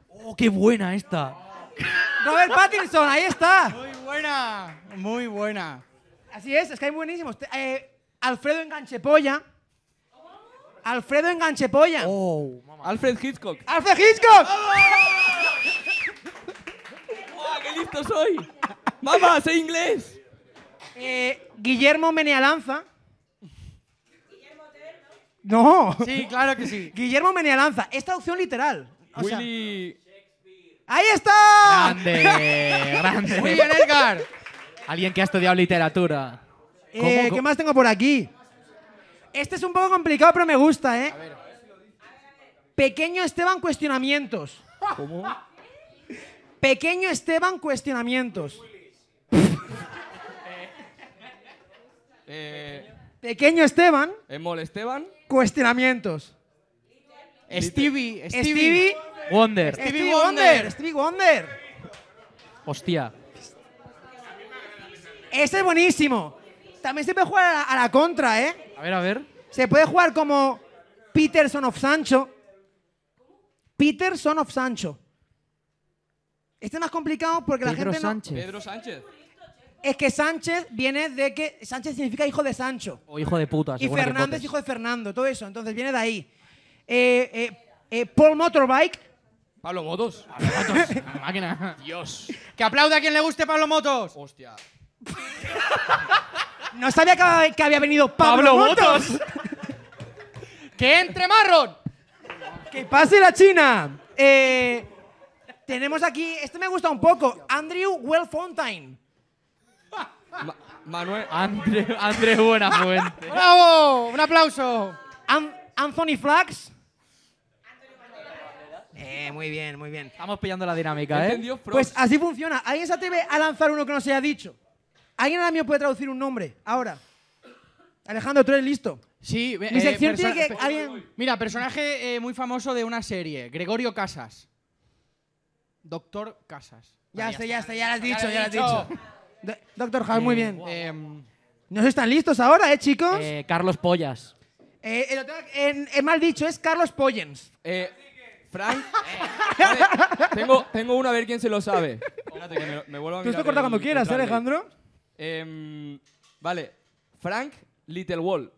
Speaker 4: Oh, qué buena esta.
Speaker 3: Robert Pattinson, ahí está.
Speaker 1: Muy buena, muy buena.
Speaker 3: Así es, es que hay buenísimos. Te- eh, Alfredo Enganchepolla. Alfredo Enganchepolla.
Speaker 4: Oh.
Speaker 2: Alfred Hitchcock.
Speaker 3: ¡Alfred Hitchcock!
Speaker 2: ¡Guau, Ah, qué listo soy! ¡Mamá, sé inglés!
Speaker 3: Eh, Guillermo Menealanza. No.
Speaker 1: Sí, claro que sí.
Speaker 3: Guillermo Menealanza. Es traducción literal. O sea,
Speaker 2: Willy...
Speaker 3: ¡Ahí está!
Speaker 4: Grande, grande.
Speaker 1: Muy bien, Edgar.
Speaker 4: Alguien que ha estudiado literatura.
Speaker 3: Eh,
Speaker 4: ¿Cómo-
Speaker 3: ¿Qué
Speaker 4: cómo-
Speaker 3: más tengo por aquí? Este es un poco complicado, pero me gusta, ¿eh? Pequeño Esteban Cuestionamientos. ¿Cómo? Pequeño Esteban Cuestionamientos. <laughs>
Speaker 2: Eh,
Speaker 3: Pequeño Esteban
Speaker 2: Emol eh, Esteban.
Speaker 3: Cuestionamientos.
Speaker 1: Stevie, Stevie.
Speaker 3: Stevie,
Speaker 4: Wonder.
Speaker 3: Stevie,
Speaker 1: Stevie
Speaker 3: Wonder.
Speaker 1: Wonder.
Speaker 3: Stevie Wonder.
Speaker 4: Hostia.
Speaker 3: Ese es buenísimo. También se puede jugar a la, a la contra, ¿eh?
Speaker 4: A ver, a ver.
Speaker 3: Se puede jugar como Peterson of Sancho. Peterson of Sancho. Este es más complicado porque la gente no...
Speaker 2: Pedro Sánchez.
Speaker 3: Es que Sánchez viene de que... Sánchez significa hijo de Sancho.
Speaker 4: O Oh, hijo de
Speaker 2: Ah,
Speaker 4: puta.
Speaker 3: Y Fernández, hijo de Fernando, todo eso. Entonces viene de ahí. Eh, eh, eh, Paul Motorbike.
Speaker 2: Pablo Motos.
Speaker 4: máquina.
Speaker 2: Dios.
Speaker 1: Que aplauda a quien le guste Pablo Motos.
Speaker 2: Hostia.
Speaker 3: No sabía que había- que había venido Pablo, Motos.
Speaker 1: Que entre Marron.
Speaker 3: ¡Que pase la China! Eh, tenemos aquí, este me gusta un poco, Andrew Wellfontaine.
Speaker 2: Ma- Manuel.
Speaker 4: André, André Buenafuente.
Speaker 1: ¡Bravo! Un aplauso.
Speaker 3: An- Anthony Flax. Eh, muy bien, muy bien.
Speaker 4: Estamos pillando la dinámica, ¿eh?
Speaker 2: Entendió Frost.
Speaker 3: Pues así funciona. ¿Alguien se atreve a lanzar uno que no se haya dicho? ¿Alguien ahora mismo puede traducir un nombre? Ahora. Alejandro, tú eres listo.
Speaker 1: Sí, eh,
Speaker 3: Mi sección tiene que- alguien-
Speaker 1: Mira, personaje eh, muy famoso de una serie, Gregorio Casas. Doctor Casas.
Speaker 3: Ya,
Speaker 1: Vale,
Speaker 3: sé, ya sé, ya lo has dicho,
Speaker 1: lo he
Speaker 3: ya lo has
Speaker 1: dicho.
Speaker 3: dicho. Do- Doctor House, muy bien.
Speaker 1: Em,
Speaker 3: ¿No están listos ahora, eh, chicos?
Speaker 4: Eh, Carlos Pollas.
Speaker 3: Eh, el otro- en- en mal dicho, es Carlos Pollens.
Speaker 2: <laughs> Eh, Frank. Vale, tengo, tengo uno a ver quién se lo sabe. Espérate, que me, me vuelvo a
Speaker 3: Tú esto
Speaker 2: mirar
Speaker 3: corta
Speaker 2: el-
Speaker 3: cuando
Speaker 2: el
Speaker 3: quieras, ¿eh,
Speaker 2: trailer.
Speaker 3: Alejandro?
Speaker 2: Em, vale. Frank Little Wall.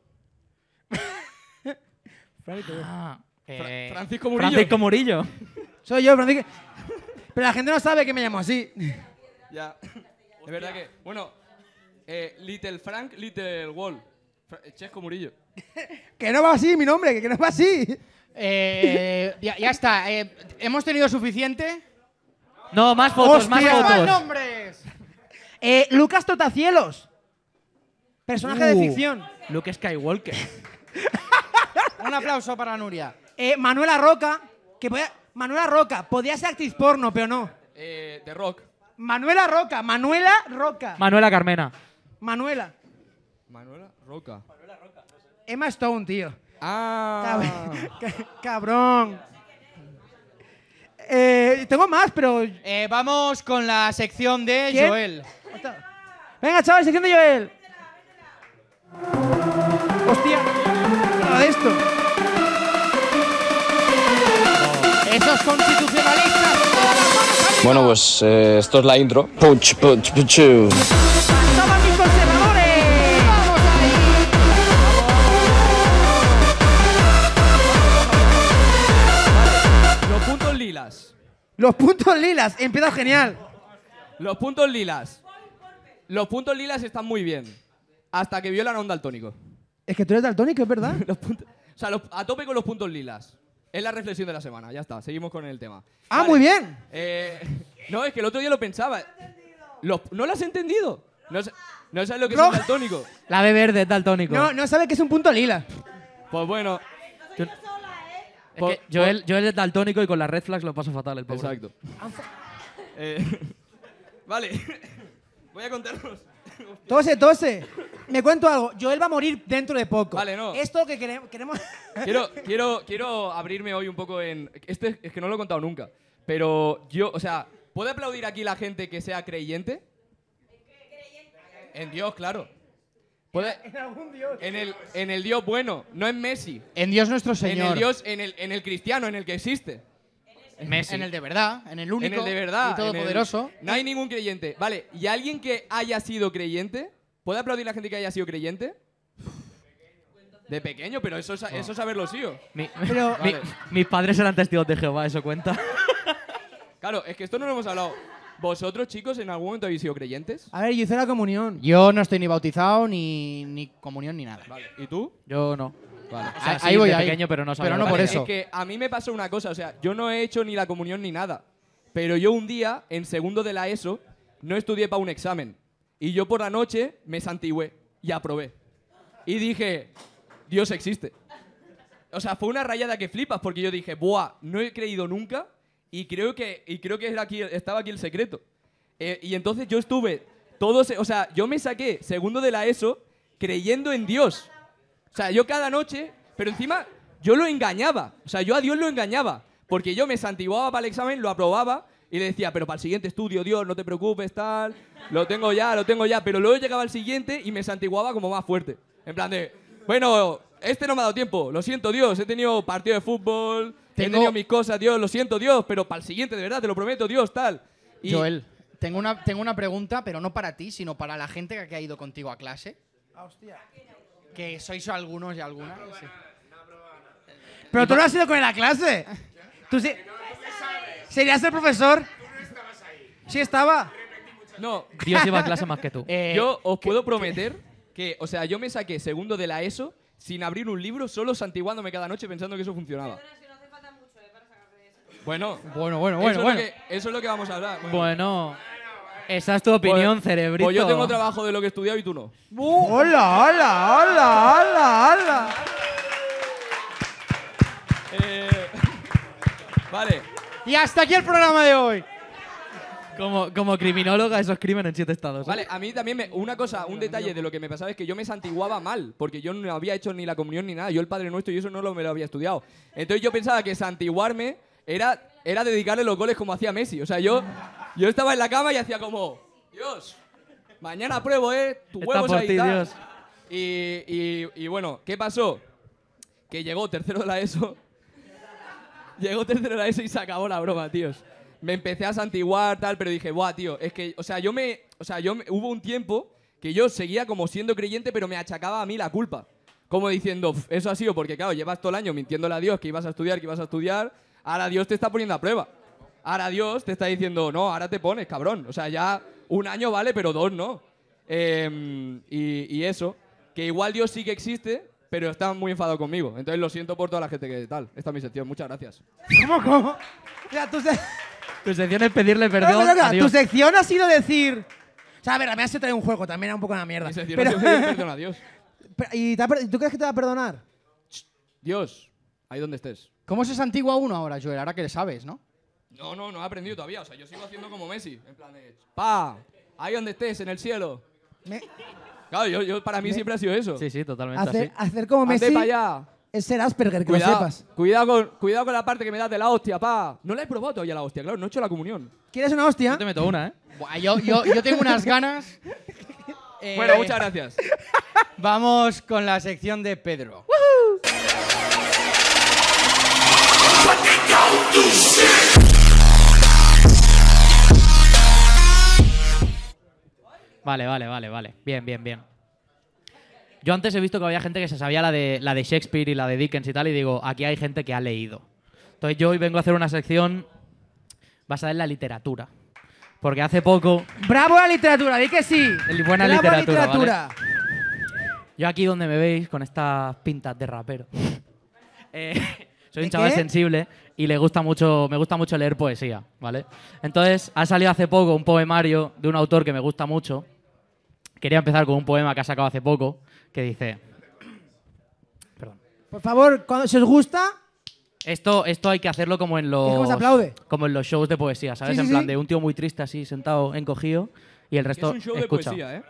Speaker 4: Ah, eh,
Speaker 2: Francisco Murillo.
Speaker 4: Francisco Murillo.
Speaker 3: Soy yo, Francisco. <laughs> Pero la gente no sabe que me llamo así.
Speaker 2: Ya. Es verdad que. Bueno, eh, Little Frank, Little Wall. Fra- eh, Chesco Murillo.
Speaker 3: Que no va así mi nombre, que- que no va así.
Speaker 1: Eh, ya, ya está. eh, ¿Hemos tenido suficiente?
Speaker 4: No, más fotos, más
Speaker 3: Hostia.
Speaker 1: ¡Más
Speaker 4: fotos.
Speaker 1: nombres!
Speaker 3: Eh, Lucas Totacielos. Personaje
Speaker 4: Uh.
Speaker 3: de ficción.
Speaker 4: Luke Skywalker.
Speaker 1: Un aplauso para Nuria.
Speaker 3: Eh, Manuela Roca. Que podía- Manuela Roca. Podía ser actriz porno, pero no.
Speaker 2: Eh, The Rock.
Speaker 3: Manuela Roca. Manuela Roca.
Speaker 4: Manuela Carmena.
Speaker 3: Manuela.
Speaker 2: Manuela Roca.
Speaker 3: Emma Stone, tío.
Speaker 2: Ah.
Speaker 3: Cab- <laughs> ca- Cabrón. Eh, tengo más, pero...
Speaker 1: Eh, vamos con la sección de
Speaker 3: ¿Quién?
Speaker 1: Joel.
Speaker 3: Venga, chaval, sección de Joel. Hostia. Nada de esto.
Speaker 1: Esos constitucionalistas.
Speaker 11: Bueno, pues eh, esto es la intro. Punch, punch, punch.
Speaker 3: ¡Toman mis conservadores! ¡Vamos
Speaker 2: Los puntos lilas.
Speaker 3: Los puntos lilas. Empieza genial.
Speaker 2: Los puntos lilas. Los puntos lilas están muy bien. Hasta que violan a un daltónico.
Speaker 3: Es que tú eres daltónico, es <laughs> verdad.
Speaker 2: <laughs> Los puntos- o sea, los- a tope con los puntos lilas. Es la reflexión de la semana, ya está. Seguimos con el tema.
Speaker 3: ah,
Speaker 2: Vale.
Speaker 3: muy bien.
Speaker 2: Eh, <laughs> no, es que el otro día lo pensaba. Los- ¿No lo has entendido? No, sa- no sabes lo que es
Speaker 3: Roja.
Speaker 2: un daltónico.
Speaker 4: La de verde, es daltónico.
Speaker 3: No, no sabe que es un punto lila.
Speaker 2: Pues bueno,
Speaker 4: Es que Joel, Joel es daltónico y con las red flags lo paso fatal, el pobre.
Speaker 2: exacto. Eh, <laughs> vale, voy a contarlos.
Speaker 3: Tose, tose. Me cuento algo. Joel va a morir dentro de poco.
Speaker 2: Vale, no.
Speaker 3: Esto que quere- <laughs> queremos.
Speaker 2: Quiero, quiero, quiero abrirme hoy un poco en. Este es que no lo he contado nunca. Pero yo, o sea, ¿puede aplaudir aquí la gente que sea creyente? En Dios, claro. ¿Puede? En el, en el Dios bueno, no en Messi.
Speaker 1: En Dios nuestro Señor.
Speaker 2: En el Dios, en el, en el cristiano, en el que existe.
Speaker 4: Messi.
Speaker 1: En el de verdad, en el único
Speaker 2: en el de verdad.
Speaker 1: y
Speaker 2: en el-
Speaker 1: todopoderoso.
Speaker 2: No hay ningún creyente. Vale, ¿y alguien que haya sido creyente? ¿Puede aplaudir la gente que haya sido creyente? De pequeño, pero eso, es-
Speaker 1: Ah.
Speaker 2: eso es haberlo sido.
Speaker 4: Mi-
Speaker 3: Pero-
Speaker 4: mi-
Speaker 2: Vale.
Speaker 4: Mis padres eran testigos de Jehová, eso cuenta.
Speaker 2: Claro, es que esto no lo hemos hablado. ¿Vosotros, chicos, en algún momento habéis sido creyentes?
Speaker 3: A ver, yo hice la comunión.
Speaker 1: Yo no estoy ni bautizado, ni, ni comunión, ni nada.
Speaker 2: Vale. ¿Y tú?
Speaker 4: Yo no.
Speaker 2: Vale.
Speaker 4: O sea,
Speaker 1: Ah,
Speaker 4: sí,
Speaker 1: ahí voy,
Speaker 4: de
Speaker 1: ahí.
Speaker 4: pequeño, pero no sabía
Speaker 1: Pero no
Speaker 4: lo
Speaker 1: por
Speaker 4: que
Speaker 2: Es
Speaker 1: eso.
Speaker 2: que a mí me pasó una cosa, o sea, yo no he hecho ni la comunión ni nada, pero yo un día, en segundo de la ESO, no estudié para un examen. Y yo por la noche me santigüé y aprobé. Y dije, Dios existe. O sea, fue una rayada que flipas, porque yo dije, buah, no he creído nunca y creo que, y creo que era aquí, estaba aquí el secreto. Eh, y entonces yo estuve, todo se- o sea, yo me saqué segundo de la ESO creyendo en Dios. O sea, yo cada noche, pero encima yo lo engañaba. O sea, yo a Dios lo engañaba. Porque yo me santiguaba para el examen, lo aprobaba y le decía, pero para el siguiente estudio, Dios, no te preocupes, tal. Lo tengo ya, lo tengo ya. Pero luego llegaba al siguiente y me santiguaba como más fuerte. En plan de, bueno, este no me ha dado tiempo. Lo siento, Dios. He tenido partido de fútbol, he
Speaker 1: Tengo-
Speaker 2: tenido mis cosas, Dios. Lo siento, Dios. Pero para el siguiente, de verdad, te lo prometo, Dios, tal. Y-
Speaker 1: Joel, tengo una, tengo una pregunta, pero no para ti, sino para la gente que ha ido contigo a clase.
Speaker 3: Ah,
Speaker 1: Que sois algunos y algunas. sí.
Speaker 3: Pero tú no has ido con él a clase. Tú sí. ¿Serías el profesor? Sí, estaba.
Speaker 2: No,
Speaker 4: Dios iba a clase más
Speaker 3: <laughs>
Speaker 4: que tú.
Speaker 1: Eh,
Speaker 2: yo os puedo prometer que, o sea, yo me saqué segundo de la ESO sin abrir un libro, solo santiguándome cada noche pensando que eso funcionaba.
Speaker 7: Pero si no hace falta mucho, ¿eh? Para sacarte de eso.
Speaker 2: Bueno,
Speaker 1: Bueno, bueno,
Speaker 2: eso,
Speaker 1: bueno,
Speaker 2: es
Speaker 1: bueno.
Speaker 2: Lo que, eso es lo que vamos a hablar.
Speaker 4: bueno, esa es tu opinión, cerebrito.
Speaker 2: Pues yo tengo trabajo de lo que he estudiado y tú no.
Speaker 3: Hola, hola, hola, hola, hola.
Speaker 2: Eh, vale,
Speaker 1: Y hasta aquí el programa de hoy.
Speaker 4: Como, como criminóloga, esos crímenes en siete estados. ¿eh?
Speaker 2: vale, a mí también me- una cosa, un detalle de lo que me pasaba es que yo me santiguaba mal, porque yo no había hecho ni la comunión ni nada, yo el Padre Nuestro y eso no lo, me lo había estudiado. Entonces yo pensaba que santiguarme era, era dedicarle los goles como hacía Messi. O sea, yo, yo estaba en la cama y hacía como, Dios, mañana pruebo, ¿eh? Tu
Speaker 4: Está
Speaker 2: huevos
Speaker 4: por
Speaker 2: ahí,
Speaker 4: ti,
Speaker 2: tal".
Speaker 4: Dios.
Speaker 2: Y, y- y bueno, ¿qué pasó? Que llegó tercero de la ESO. llegó tercero de la ESO y se acabó la broma, tíos. me empecé a santiguar, tal, pero dije, buah, tío, es que, o sea, yo me, o sea, yo me- hubo un tiempo que yo seguía como siendo creyente, pero me achacaba a mí la culpa. Como diciendo, "Pf, eso ha sido porque, claro, llevas todo el año mintiéndole a Dios que ibas a estudiar, que ibas a estudiar, ahora Dios te está poniendo a prueba. Ahora Dios te está diciendo, no, ahora te pones, cabrón. O sea, ya un año vale, pero dos no. Em, y, y eso, que igual Dios sí que existe, pero está muy enfadado conmigo. Entonces lo siento por toda la gente que tal. Esta es mi sección, muchas gracias.
Speaker 3: ¿Cómo, cómo? O sea, tu, se-
Speaker 4: Tu sección es pedirle perdón.
Speaker 3: No, no, no,
Speaker 4: a
Speaker 3: tu
Speaker 4: Dios.
Speaker 3: sección ha sido decir. O sea, a ver, a mí ha sido traer un juego, también era un poco una mierda.
Speaker 2: Sección,
Speaker 3: Pero,
Speaker 2: no sé si perdona a Dios.
Speaker 3: <laughs> pero- ¿y te ha per- tú crees que te va a perdonar?
Speaker 2: Dios, ahí donde estés.
Speaker 1: ¿Cómo se santigua uno ahora, Joel? Ahora que le sabes, ¿no?
Speaker 2: No, no, no he aprendido todavía. O sea, yo sigo haciendo como Messi. En plan de, pa, ahí donde estés, en el cielo. Claro, yo, yo- para mí siempre ha sido eso.
Speaker 4: Sí, sí, totalmente
Speaker 3: Hacer,
Speaker 4: así.
Speaker 3: hacer como
Speaker 2: Ande
Speaker 3: Messi
Speaker 2: pa' allá.
Speaker 3: es ser Asperger, que
Speaker 2: Cuidado,
Speaker 3: lo sepas.
Speaker 2: Cuidado, con, cuidado con la parte que me das de la hostia, pa. No la he probado todavía la hostia, claro, no he hecho la comunión.
Speaker 3: ¿Quieres una hostia?
Speaker 4: Yo te meto una, ¿eh?
Speaker 1: Buah, yo, yo- yo tengo
Speaker 2: <laughs>
Speaker 1: unas ganas. Eh,
Speaker 2: Bueno, muchas gracias.
Speaker 1: Vamos con la sección de Pedro.
Speaker 4: Vale, vale, vale, vale. Bien, bien, bien. Yo antes he visto que había gente que se sabía la de, la de Shakespeare y la de Dickens y tal, y digo, aquí hay gente que ha leído. Entonces yo hoy vengo a hacer una sección basada en la literatura. Porque hace poco,
Speaker 3: Bravo la literatura, di que sí.
Speaker 4: El- buena
Speaker 3: Bravo la
Speaker 4: literatura,
Speaker 3: literatura.
Speaker 4: yo aquí donde me veis con estas pintas de rapero, <laughs> eh, soy un chaval
Speaker 3: qué?
Speaker 4: sensible y le gusta mucho, me gusta mucho leer poesía, ¿vale? Entonces ha salido hace poco un poemario de un autor que me gusta mucho. Quería empezar con un poema que ha sacado hace poco, que dice...
Speaker 3: Por favor, cuando si os gusta,
Speaker 4: Esto, esto hay que hacerlo como en los.
Speaker 3: ¿Cómo se aplaude?
Speaker 4: Como en los shows de poesía, ¿sabes?
Speaker 3: Sí, sí,
Speaker 4: en plan
Speaker 3: sí.
Speaker 4: de un tío muy triste así, sentado, encogido, y el
Speaker 2: Que es
Speaker 4: resto.
Speaker 2: un show
Speaker 4: escucha.
Speaker 2: de poesía, ¿eh?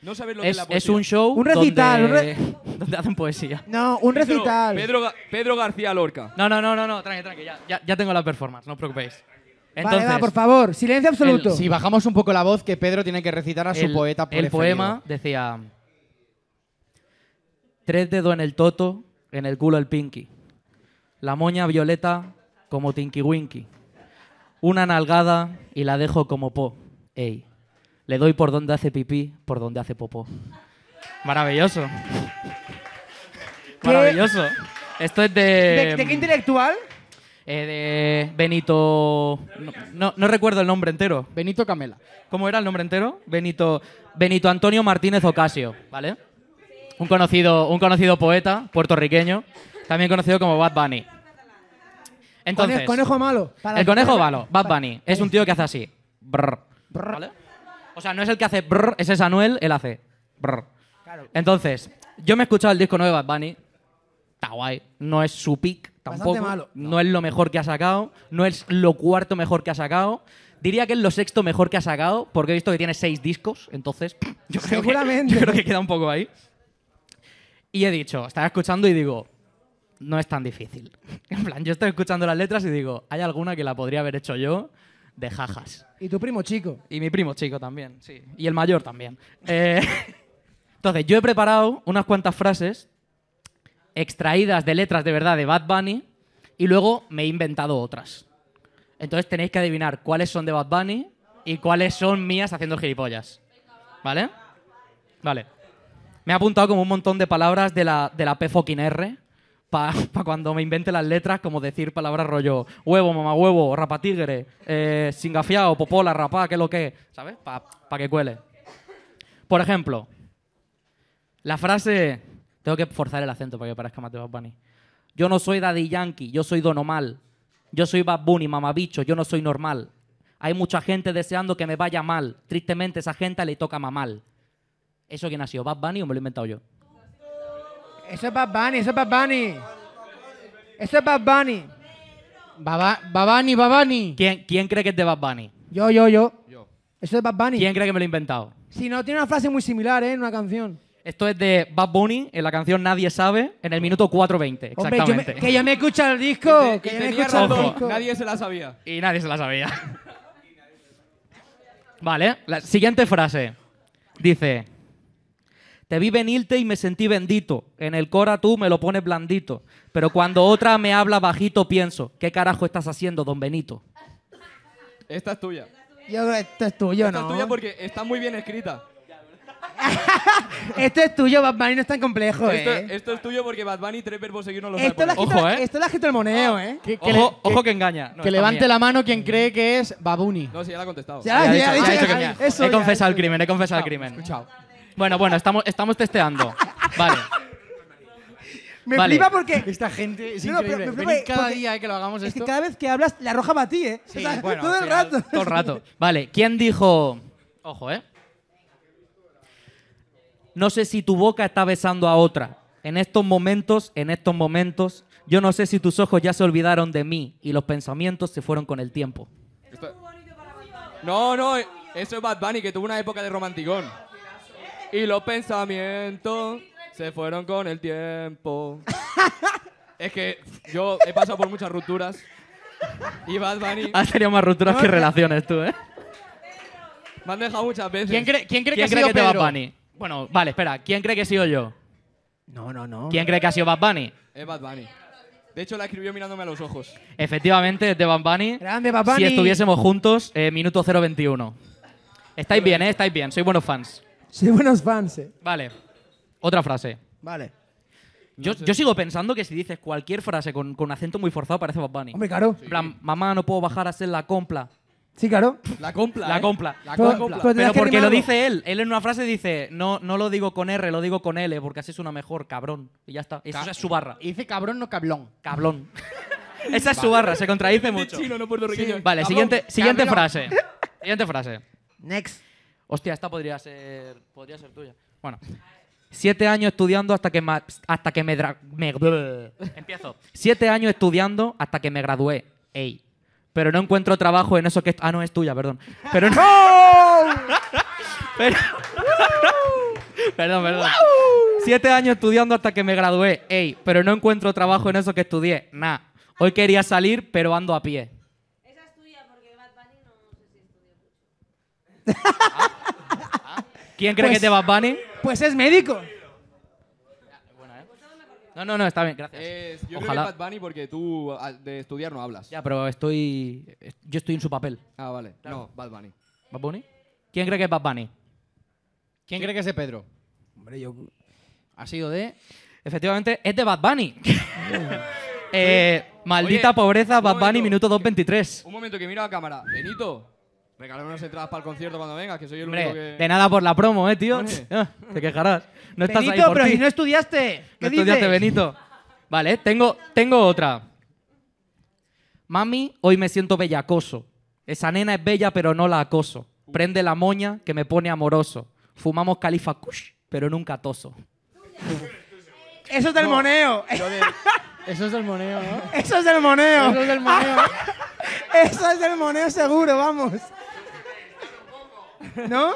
Speaker 2: No sabes lo que es
Speaker 4: Es,
Speaker 2: la poesía.
Speaker 4: es un show.
Speaker 3: Un recital, un
Speaker 4: Donde, <laughs>
Speaker 3: re-
Speaker 4: donde hacen poesía.
Speaker 3: no, un
Speaker 2: Pedro-
Speaker 3: recital.
Speaker 2: Pedro, Ga- Pedro García
Speaker 4: <laughs>
Speaker 2: Lorca.
Speaker 4: No, no, no, no, no, tranqui, tranqui, ya, ya, ya tengo la performance, no os preocupéis. Entonces,
Speaker 3: vale, va, por favor, silencio absoluto.
Speaker 1: Si bajamos un poco la voz, que Pedro tiene que recitar a su
Speaker 4: el,
Speaker 1: poeta
Speaker 4: el
Speaker 1: preferido.
Speaker 4: poema decía: Tres dedos en el toto, en el culo el pinky. La moña violeta como Tinky Winky. Una nalgada y la dejo como po. Ey. Le doy por donde hace pipí, por donde hace popó. Maravilloso.
Speaker 3: ¿Qué?
Speaker 4: Maravilloso. Esto es de.
Speaker 3: ¿De,
Speaker 4: em,
Speaker 3: de qué intelectual?
Speaker 4: eh, de Benito. No, no- no recuerdo el nombre entero.
Speaker 1: Benito Camela.
Speaker 4: ¿Cómo era el nombre entero? Benito, Benito Antonio Martínez Ocasio, ¿vale? Un conocido, un conocido poeta puertorriqueño, también conocido como Bad Bunny. Entonces,
Speaker 3: Cone- conejo malo. Para-
Speaker 4: el conejo
Speaker 3: para-
Speaker 4: malo, Bad Bunny, es un tío que hace así. brr, ¿vale? O sea, no es el que hace brr, ese es Anuel, él hace brr. Entonces, yo me he escuchado el disco nuevo de Bad Bunny, está guay, no es su pick
Speaker 3: Bastante
Speaker 4: tampoco,
Speaker 3: malo.
Speaker 4: no es lo mejor que ha sacado, no es lo cuarto mejor que ha sacado. Diría que es lo sexto mejor que ha sacado, porque he visto que tiene seis discos, entonces <laughs> yo creo, que,
Speaker 3: Seguramente.
Speaker 4: yo creo que queda un poco ahí. Y he dicho, estaba escuchando y digo, no es tan difícil. <laughs> En plan, yo estoy escuchando las letras y digo, hay alguna que la podría haber hecho yo de jajas.
Speaker 3: Y tu primo chico.
Speaker 4: Y mi primo chico también, sí. Y el mayor también. Eh, <laughs> entonces, yo he preparado unas cuantas frases extraídas de letras de verdad de Bad Bunny y luego me he inventado otras. Entonces tenéis que adivinar cuáles son de Bad Bunny y cuáles son mías haciendo el gilipollas. ¿Vale? Vale. Me he apuntado como un montón de palabras de la, de la P fucking R para cuando me invente las letras, como decir palabras rollo huevo, mamá huevo, rapatigre, eh, singafiao, popola, rapá, qué lo que, ¿sabes? Para que cuele. Por ejemplo, la frase. Tengo que forzar el acento para que parezca más de Bad Bunny. Yo no soy Daddy Yankee, yo soy Donomal. Yo soy Bad Bunny, mamabicho, yo no soy normal. Hay mucha gente deseando que me vaya mal. Tristemente, esa gente le toca mamal. ¿Eso quién ha sido? ¿Bad Bunny o me lo he inventado yo?
Speaker 3: Eso es Bad Bunny, eso es Bad Bunny. Eso es Bad Bunny.
Speaker 1: Baba- Babani, Babani.
Speaker 4: ¿Quién, quién cree que es de Bad Bunny?
Speaker 3: Yo, yo, yo. Eso es Bad Bunny.
Speaker 4: ¿Quién cree que me lo he inventado?
Speaker 3: Si no, tiene una frase muy similar, ¿eh? En una canción.
Speaker 4: Esto es de Bad Bunny en la canción Nadie sabe, en el minuto 4.20,
Speaker 3: Hombre, yo me-
Speaker 4: exactamente.
Speaker 3: que yo me escucha el
Speaker 2: Y
Speaker 3: disco.
Speaker 2: te-
Speaker 3: Oh, Que
Speaker 2: y
Speaker 3: yo me
Speaker 2: tenía
Speaker 3: escucha el
Speaker 4: razón,
Speaker 3: disco.
Speaker 2: nadie se la sabía.
Speaker 4: Y nadie se la sabía. vale, la siguiente frase. Dice, te vi venirte y me sentí bendito. En el cora tú me lo pones blandito. Pero cuando otra me habla bajito pienso, ¿qué carajo estás haciendo, don Benito?
Speaker 2: Esta es tuya.
Speaker 3: Yo creo que esto es tuyo,
Speaker 2: Esta
Speaker 3: ¿no?
Speaker 2: es tuya porque está muy bien escrita.
Speaker 3: Esto es tuyo, Bad Bunny no es tan complejo,
Speaker 2: Esto,
Speaker 3: eh.
Speaker 2: esto es tuyo porque Bad Bunny tres verbos seguidos no lo sabe
Speaker 3: Esto lo ha
Speaker 2: poner.
Speaker 3: escrito-
Speaker 4: ¿eh?
Speaker 3: esto lo ha escrito el moneo, eh.
Speaker 2: que le- Ojo- ojo que engaña. No,
Speaker 12: que
Speaker 2: está
Speaker 12: levante
Speaker 2: mía.
Speaker 12: la mano quien cree que es Babuni.
Speaker 2: No, sí, Ah, ya la ha contestado.
Speaker 12: Ya,
Speaker 4: Ya
Speaker 12: ya,
Speaker 4: he
Speaker 12: ya,
Speaker 4: dicho- ya he
Speaker 12: ya,
Speaker 4: dicho que mía.
Speaker 12: ya, eso
Speaker 4: He
Speaker 12: ya,
Speaker 4: confesado el
Speaker 12: eso ya.
Speaker 4: crimen, he confesado el crimen. Bueno, bueno, estamos, estamos testeando. Vale.
Speaker 3: Me
Speaker 4: Vale.
Speaker 3: flipa porque.
Speaker 12: Esta gente es
Speaker 3: No, no, pero
Speaker 12: increíble.
Speaker 3: me flipa
Speaker 12: Venid cada
Speaker 3: porque-
Speaker 12: día eh, que lo hagamos
Speaker 3: Es que
Speaker 12: esto.
Speaker 3: cada vez que hablas, la roja va a ti, eh. O sea,
Speaker 4: bueno,
Speaker 3: todo el
Speaker 4: al final,
Speaker 3: rato.
Speaker 4: Todo el rato. Vale, ¿quién dijo? Ojo, ¿eh? No sé si tu boca está besando a otra. En estos momentos, en estos momentos, yo no sé si tus ojos ya se olvidaron de mí y los pensamientos se fueron con el tiempo.
Speaker 2: No, no, eso es Bad Bunny, que tuvo una época de romanticón. Y los pensamientos se fueron con
Speaker 4: <laughs>
Speaker 2: el tiempo. es que yo he pasado por muchas rupturas. Y Bad Bunny
Speaker 4: Has tenido más rupturas que relaciones tú, ¿eh?
Speaker 2: me han dejado muchas veces.
Speaker 4: ¿Quién cree, quién cree que, ha sido
Speaker 2: te va
Speaker 4: Bad Bunny? Bueno, vale, espera. ¿Quién cree que he sido yo?
Speaker 3: No, no, no.
Speaker 4: ¿Quién cree que ha sido Bad Bunny?
Speaker 2: Es Bad Bunny. De hecho, la escribió mirándome a los ojos.
Speaker 4: Efectivamente, es de Bad Bunny.
Speaker 3: Grande, Bad
Speaker 4: Si
Speaker 3: Bunny.
Speaker 4: estuviésemos juntos, eh, minuto 021. Estáis bien, ¿eh? Estáis bien. Soy buenos fans.
Speaker 3: Soy buenos fans, eh.
Speaker 4: Vale. Otra frase.
Speaker 3: Vale.
Speaker 4: Yo, yo sigo pensando que si dices cualquier frase con, con acento muy forzado parece Bad Bunny.
Speaker 3: Hombre, claro.
Speaker 4: En plan, mamá, no puedo bajar a hacer la compra.
Speaker 3: Sí, claro.
Speaker 2: La compla.
Speaker 4: La
Speaker 2: ¿eh?
Speaker 4: compla.
Speaker 2: La
Speaker 3: Pero-
Speaker 2: compla.
Speaker 3: pero-
Speaker 4: Pero
Speaker 3: tendrás que
Speaker 4: porque lo
Speaker 3: rimarlo.
Speaker 4: dice él. Él en una frase dice, no, no lo digo con R, lo digo con L, porque así es una mejor, cabrón. Y ya está. Esa es su barra.
Speaker 12: Y dice cabrón, no cablón.
Speaker 2: <laughs>
Speaker 4: Cablón. Esa es su barra, se contradice mucho.
Speaker 2: Chino, no puertorriqueño.
Speaker 4: Vale,
Speaker 2: Cabrón,
Speaker 4: siguiente, siguiente
Speaker 2: cabrón.
Speaker 4: frase. Siguiente frase.
Speaker 3: Next.
Speaker 4: Hostia, esta podría ser, podría ser tuya. Bueno. Siete años estudiando hasta que, ma- hasta que me, dra- me- bleh. Empiezo. Siete años estudiando hasta que me gradué. Ey. Pero no encuentro trabajo en eso que... es- Ah, no, es tuya, perdón. Pero no...
Speaker 2: <laughs>
Speaker 4: Pero- <laughs> perdón, perdón. Siete años estudiando hasta que me gradué. Ey, pero no encuentro trabajo en eso que estudié. Nah. Hoy quería salir, pero ando a pie. ¿Quién cree
Speaker 3: Pues-
Speaker 4: que te va Bunny?
Speaker 3: Pues es médico.
Speaker 4: No, no, no, está bien, gracias.
Speaker 2: Es- yo
Speaker 4: Ojalá.
Speaker 2: creo que es Bad Bunny porque tú a- de estudiar no hablas.
Speaker 4: Ya, pero estoy. eh, Yo estoy en su papel.
Speaker 2: Ah, vale. No, Bad Bunny.
Speaker 4: ¿Bad Bunny? ¿Quién cree que es Bad Bunny?
Speaker 12: ¿Quién cree que es de Pedro?
Speaker 3: Hombre, yo.
Speaker 12: Ha sido de.
Speaker 4: Efectivamente, es de Bad Bunny. <laughs> Eh, maldita
Speaker 2: Oye,
Speaker 4: pobreza,
Speaker 2: un
Speaker 4: Bad Bunny,
Speaker 2: momento.
Speaker 4: minuto 2.23.
Speaker 2: Un momento que miro a la cámara. Benito, regálame unas entradas para el concierto cuando vengas, que soy el
Speaker 4: Hombre,
Speaker 2: único que.
Speaker 4: de nada por la promo, eh, tío.
Speaker 2: Hombre.
Speaker 4: <laughs> Ah, Te quejarás. No estás ahí
Speaker 3: Benito,
Speaker 4: por
Speaker 3: pero
Speaker 4: ti.
Speaker 3: si no estudiaste.
Speaker 4: No
Speaker 3: ¿Qué
Speaker 4: estudiaste,
Speaker 3: dices?
Speaker 4: Benito. Vale, tengo, tengo otra. Mami, hoy me siento bellacoso. Esa nena es bella, pero no la acoso. Prende la moña que me pone amoroso. Fumamos califa kush, pero nunca toso.
Speaker 3: Eso es del moneo.
Speaker 2: Yo de-
Speaker 12: Eso es del moneo, ¿no?
Speaker 3: Eso es del moneo.
Speaker 12: Eso es del moneo.
Speaker 3: <laughs> Eso es del moneo seguro, vamos. ¿No?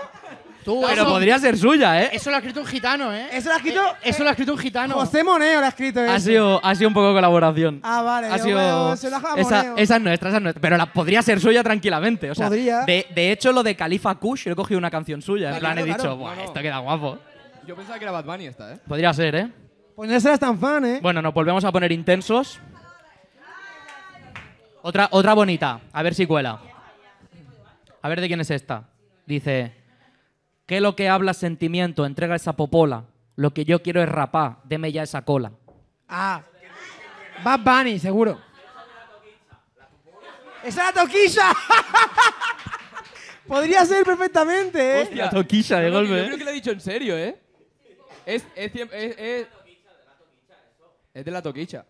Speaker 12: Tú,
Speaker 4: Pero
Speaker 12: eso,
Speaker 4: podría ser suya, ¿eh?
Speaker 12: eso lo ha escrito un gitano, ¿eh?
Speaker 3: Eso lo ha escrito-
Speaker 12: Eh, eso Ah, lo ha escrito un gitano.
Speaker 3: José Moneo lo ha escrito.
Speaker 4: Ha
Speaker 3: eso.
Speaker 4: sido, ha sido un poco colaboración.
Speaker 3: Ah, vale,
Speaker 4: Ha
Speaker 3: yo
Speaker 4: sido-
Speaker 3: veo, se lo ha jugado
Speaker 4: esa,
Speaker 3: Moneo.
Speaker 4: esa es nuestra, esa es nuestra. Pero la podría ser suya tranquilamente. O sea,
Speaker 3: Podría.
Speaker 4: De, de hecho, lo de Califa Kush, yo he cogido una canción suya. En
Speaker 2: Claro,
Speaker 4: plan, he
Speaker 2: claro.
Speaker 4: dicho,
Speaker 2: No,
Speaker 4: "Buah,
Speaker 2: no.
Speaker 4: esto queda guapo.
Speaker 2: Yo pensaba que era Bad Bunny esta, ¿eh?
Speaker 4: Podría ser, ¿eh?
Speaker 3: Pues no serás tan fan, ¿eh?
Speaker 4: Bueno, nos volvemos a poner intensos. Otra, otra bonita, a ver si cuela. A ver de quién es esta. Dice, ¿qué lo que habla sentimiento? Entrega esa popola. Lo que yo quiero es rapá, deme ya esa cola.
Speaker 3: Ah. Bad Bunny, seguro. ¡Esa es la toquilla! <laughs> Podría ser perfectamente, ¿eh?
Speaker 4: La toquilla de
Speaker 2: Yo creo que-
Speaker 4: golpe,
Speaker 2: Yo
Speaker 4: ¿eh?
Speaker 2: creo que lo he dicho en serio, ¿eh? Es. Es. cien- Es. Es, es de la toquicha.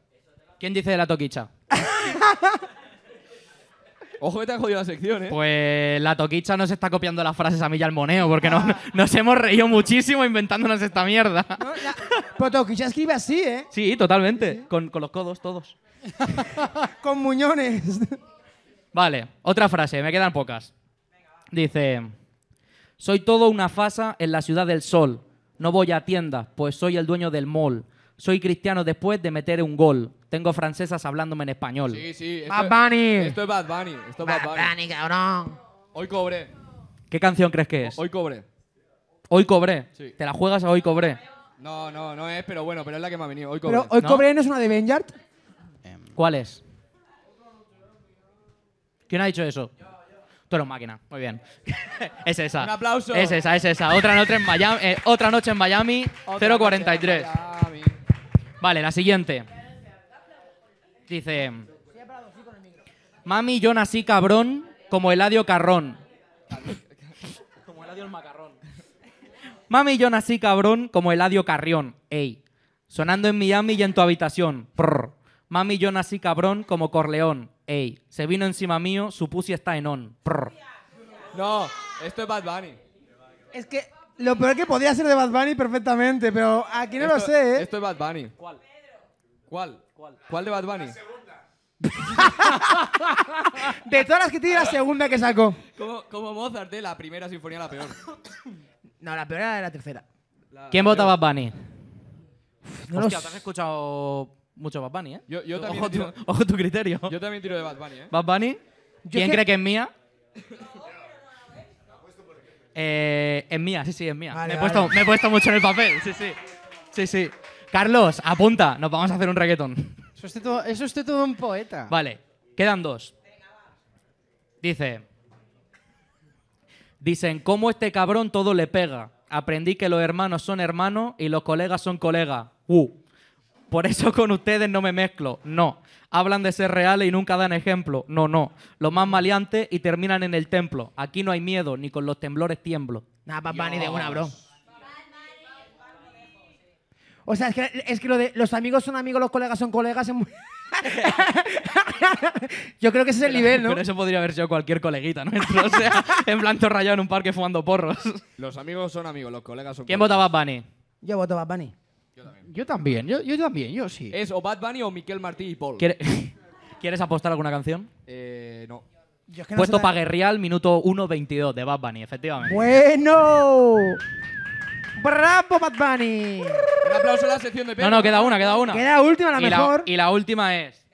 Speaker 4: ¿Quién dice de la toquicha?
Speaker 2: Ojo que te han jodido la sección, ¿eh?
Speaker 4: Pues la toquicha nos está copiando las frases a mí y al moneo, porque no- nos hemos reído muchísimo inventándonos esta mierda.
Speaker 3: No, la- Pero toquilla escribe así, ¿eh?
Speaker 4: Sí, totalmente. Con, con los codos todos.
Speaker 12: <laughs>
Speaker 3: Con muñones.
Speaker 4: Vale, otra frase, me quedan pocas. Dice, soy todo una fasa en la ciudad del sol. No voy a tiendas, pues soy el dueño del mall. Soy cristiano después de meter un gol. Tengo francesas hablándome en español.
Speaker 2: Sí, sí. Esto,
Speaker 3: Bad Bunny.
Speaker 2: Esto es Bad Bunny. Esto es Bad Bunny.
Speaker 3: cabrón.
Speaker 2: Hoy cobré.
Speaker 4: ¿Qué canción crees que es? Hoy,
Speaker 2: Hoy cobré.
Speaker 4: cobré.
Speaker 2: Sí.
Speaker 4: ¿Te la juegas a hoy cobré?
Speaker 2: No, no, no es, pero bueno, pero es la que me ha venido. Hoy cobré.
Speaker 3: Pero hoy
Speaker 4: ¿No?
Speaker 3: cobré no es una de Benyard.
Speaker 4: ¿Cuál es? ¿Quién ha dicho eso? Tú eres un máquina. Muy bien. <laughs> es esa.
Speaker 2: Un aplauso.
Speaker 4: Es esa, es esa. Otra noche en Miami, eh, otra noche en Miami
Speaker 2: Otra
Speaker 4: 043. Vale, la siguiente. Dice... Mami, yo nací cabrón como Eladio Carrón. <laughs>
Speaker 2: Como el adiós macarrón.
Speaker 4: Mami, yo nací cabrón como Eladio Carrión. Ey. Sonando en Miami y en tu habitación. Prr. Mami, yo nací cabrón como Corleón. Ey. Se vino encima mío, su pussy está en on. Prr.
Speaker 2: No, esto es Bad Bunny.
Speaker 3: Es que lo peor que podía ser de Bad Bunny perfectamente, pero aquí no lo
Speaker 2: Esto-
Speaker 3: sé, ¿eh?
Speaker 2: Esto es Bad Bunny. ¿Cuál? ¿Cuál? ¿Cuál? de Bad Bunny?
Speaker 3: De todas las que tiene la segunda que sacó.
Speaker 2: Como, como Mozart de la primera sinfonía, la peor.
Speaker 3: No, la peor era la tercera.
Speaker 4: ¿Quién vota Bad Bunny?
Speaker 3: no lo
Speaker 4: Hostia,
Speaker 3: sé.
Speaker 4: te has escuchado mucho Bad Bunny, ¿eh? <laughs>
Speaker 2: Yo, yo también
Speaker 4: ojo,
Speaker 2: tiro,
Speaker 4: tu, ojo tu criterio.
Speaker 2: yo también tiro de Bad Bunny, ¿eh?
Speaker 4: Bad Bunny.
Speaker 3: Yo
Speaker 4: ¿Quién
Speaker 3: que-
Speaker 4: cree que es mía? Eh, es mía, sí, sí, es mía. me,
Speaker 3: Vale,
Speaker 4: he
Speaker 3: vale.
Speaker 4: puesto, me he puesto mucho en el papel, sí, sí. Sí, sí. Carlos, apunta, nos vamos a hacer un reggaetón.
Speaker 1: Eso es todo, eso es todo un poeta.
Speaker 4: Ah. Vale, quedan dos. Dice. Dicen, ¿cómo este cabrón todo le pega? Aprendí que los hermanos son hermanos y los colegas son colegas. Uh. Por eso con ustedes no me mezclo. No. Hablan de ser reales y nunca dan ejemplo. No, no. Los más maleantes y terminan en el templo. Aquí no hay miedo, ni con los temblores tiemblo.
Speaker 3: Nada, Bad Bunny de una, bro. O sea, es que, es que lo de los amigos son amigos, los colegas son colegas es muy- <laughs> Yo creo que ese es el nivel, ¿no?
Speaker 4: Pero eso podría haber sido cualquier coleguita nuestro. O sea, <laughs> en plan todo rayado en un parque fumando porros.
Speaker 2: Los amigos son amigos, los colegas son
Speaker 4: ¿Quién
Speaker 2: colegas.
Speaker 4: votaba Bunny?
Speaker 3: Yo voto Bad Bunny.
Speaker 1: Yo también, yo, yo también, yo sí.
Speaker 12: Eh,
Speaker 2: Es o Bad Bunny o Miquel Martí y Paul.
Speaker 4: ¿Quiere- <laughs> ¿Quieres apostar alguna canción?
Speaker 2: Eh, no.
Speaker 3: Yo es que no
Speaker 4: Puesto
Speaker 3: sé-
Speaker 4: para Guerrial, minuto 1.22 de Bad Bunny, efectivamente.
Speaker 3: Bueno. Bravo, Bad Bunny.
Speaker 2: Un aplauso a la sección de
Speaker 4: No, no, queda una, queda una.
Speaker 3: Queda última, la
Speaker 4: y,
Speaker 3: mejor.
Speaker 4: La, y la última es,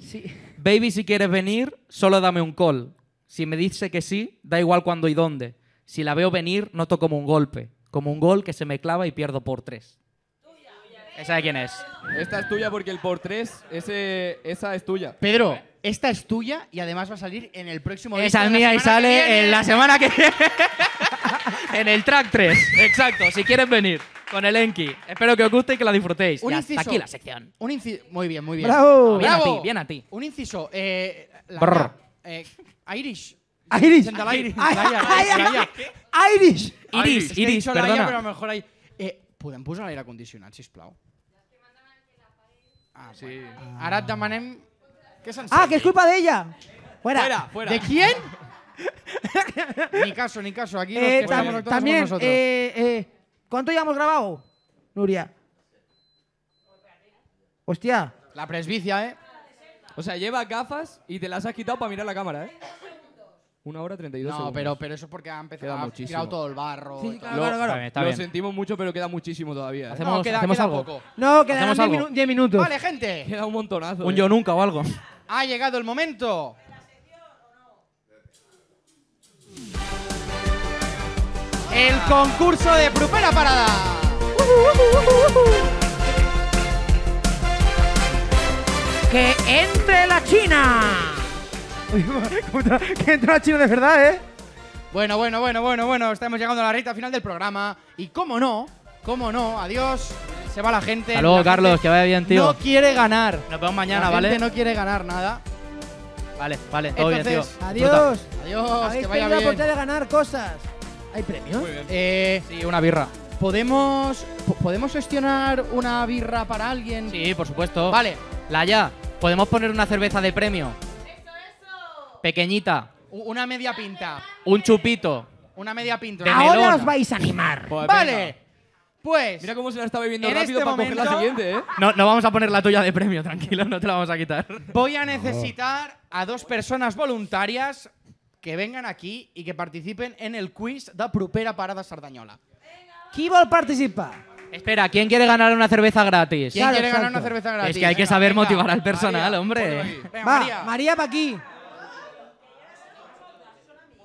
Speaker 3: Sí.
Speaker 4: baby, si quieres venir, solo dame un call. Si me dice que sí, da igual cuándo y dónde. Si la veo venir, noto como un golpe. Como un gol que se me clava y pierdo por tres. ¿Esa de quién es?
Speaker 2: Esta es tuya porque el por tres, ese, esa es tuya.
Speaker 1: Pedro,
Speaker 12: eh.
Speaker 1: esta es tuya y además va a salir en el próximo
Speaker 4: Esa
Speaker 1: disco
Speaker 4: es
Speaker 1: de la
Speaker 4: mía y
Speaker 1: semana que
Speaker 4: sale
Speaker 1: viene.
Speaker 4: en la semana que viene. <laughs> en el track 3. Exacto, si quieres venir con el Enki. Espero que os guste y que la disfrutéis.
Speaker 1: Un
Speaker 4: Y hasta
Speaker 1: inciso.
Speaker 4: aquí la sección.
Speaker 1: Un inciso. Muy bien, muy bien.
Speaker 3: Bravo.
Speaker 4: Bien a
Speaker 1: Bravo.
Speaker 4: ti, bien a ti.
Speaker 1: Un inciso. Eh, la
Speaker 4: Brr.
Speaker 1: K, eh, Irish.
Speaker 3: Irish.
Speaker 1: Central Irish.
Speaker 3: Ay,
Speaker 1: La IA,
Speaker 3: ay,
Speaker 1: la IA.
Speaker 3: ay, Irish.
Speaker 4: Iris,
Speaker 1: He
Speaker 4: Iris,
Speaker 1: dicho la IA,
Speaker 4: perdona.
Speaker 1: però a lo mejor ahí. Eh, podem posar l'aire condicionat, sisplau? Ah, sí. Ara et demanem... Que
Speaker 3: Ah, que es culpa de ella. Fuera.
Speaker 2: Fuera, fuera.
Speaker 1: ¿De quién? <laughs> ni caso, ni caso. Aquí los
Speaker 3: Eh,
Speaker 1: que
Speaker 3: tam-
Speaker 1: estamos actuando
Speaker 3: también,
Speaker 1: somos nosotros.
Speaker 3: eh, eh, ¿cuánto llevamos grabado, Nuria? Hostia.
Speaker 1: La presbicia, ¿eh?
Speaker 2: O sea, lleva gafas y te las has quitado para mirar la cámara, ¿eh? Una hora treinta y dos
Speaker 1: No,
Speaker 2: segundos.
Speaker 1: pero, pero eso es porque ha empezado
Speaker 2: Queda
Speaker 1: a
Speaker 2: muchísimo.
Speaker 1: tirado todo el barro.
Speaker 3: Sí,
Speaker 1: y todo.
Speaker 3: claro, claro, claro.
Speaker 4: Está bien, está bien.
Speaker 2: Lo sentimos mucho, pero queda muchísimo todavía, ¿eh?
Speaker 4: Hacemos- hacemos algo.
Speaker 3: No, quedan
Speaker 4: ¿Hacemos
Speaker 3: 10
Speaker 4: algo?
Speaker 3: minutos.
Speaker 1: Vale, gente.
Speaker 2: Queda un montonazo.
Speaker 4: Un
Speaker 2: ¿eh?
Speaker 4: yo nunca o algo.
Speaker 1: Ha llegado el momento. El concurso de Propera Parada.
Speaker 3: ¡Que entre la China! <laughs> que entra la China de verdad, ¿eh?
Speaker 1: Bueno, bueno, bueno, bueno, bueno, estamos llegando a la recta final del programa. Y cómo no, cómo no, adiós. Se va la gente.
Speaker 4: Hasta luego,
Speaker 1: La
Speaker 4: Carlos,
Speaker 1: gente
Speaker 4: que vaya bien, tío.
Speaker 1: No quiere ganar.
Speaker 4: Nos vemos mañana,
Speaker 1: la
Speaker 4: ¿vale?
Speaker 1: gente no quiere ganar nada.
Speaker 4: Vale, vale, todo bien, tío.
Speaker 1: Entonces,
Speaker 3: Adiós.
Speaker 1: Adiós,
Speaker 3: Habéis
Speaker 1: que
Speaker 3: tenido
Speaker 1: vaya
Speaker 3: la
Speaker 1: bien.
Speaker 3: oportunidad de ganar cosas. ¿Hay premios?
Speaker 1: Eh,
Speaker 4: Sí, una birra.
Speaker 1: ¿podemos, po- ¿Podemos gestionar una birra para alguien?
Speaker 4: Sí, por supuesto.
Speaker 1: Vale.
Speaker 4: Laya, ¿podemos poner una cerveza de premio? Pequeñita,
Speaker 1: u- Una media pinta.
Speaker 4: un chupito.
Speaker 1: Una media pinta.
Speaker 4: De
Speaker 1: una-
Speaker 4: melón.
Speaker 3: Ahora os vais a animar.
Speaker 2: Joder,
Speaker 1: Vale.
Speaker 2: venga.
Speaker 1: Pues.
Speaker 2: Mira cómo se la está bebiendo
Speaker 1: En
Speaker 2: rápido
Speaker 1: este
Speaker 2: para coger la
Speaker 1: momento-
Speaker 2: siguiente, ¿eh?
Speaker 4: No, no vamos a poner la tuya de premio, tranquilo, no te la vamos a quitar.
Speaker 1: Voy a necesitar a dos personas voluntarias que vengan aquí y que participen en el quiz de propera parada sardañola.
Speaker 3: Qui vol participar?
Speaker 4: Espera, ¿quién quiere ganar una cerveza gratis?
Speaker 1: ¿Quién
Speaker 3: Claro,
Speaker 1: quiere ganar
Speaker 3: exacto.
Speaker 1: una cerveza gratis?
Speaker 4: Es que hay que
Speaker 1: Venga,
Speaker 4: saber
Speaker 1: venga,
Speaker 4: motivar al personal,
Speaker 1: María,
Speaker 4: hombre.
Speaker 1: ponlo aquí. Venga,
Speaker 3: Va,
Speaker 1: María.
Speaker 3: María pa' aquí.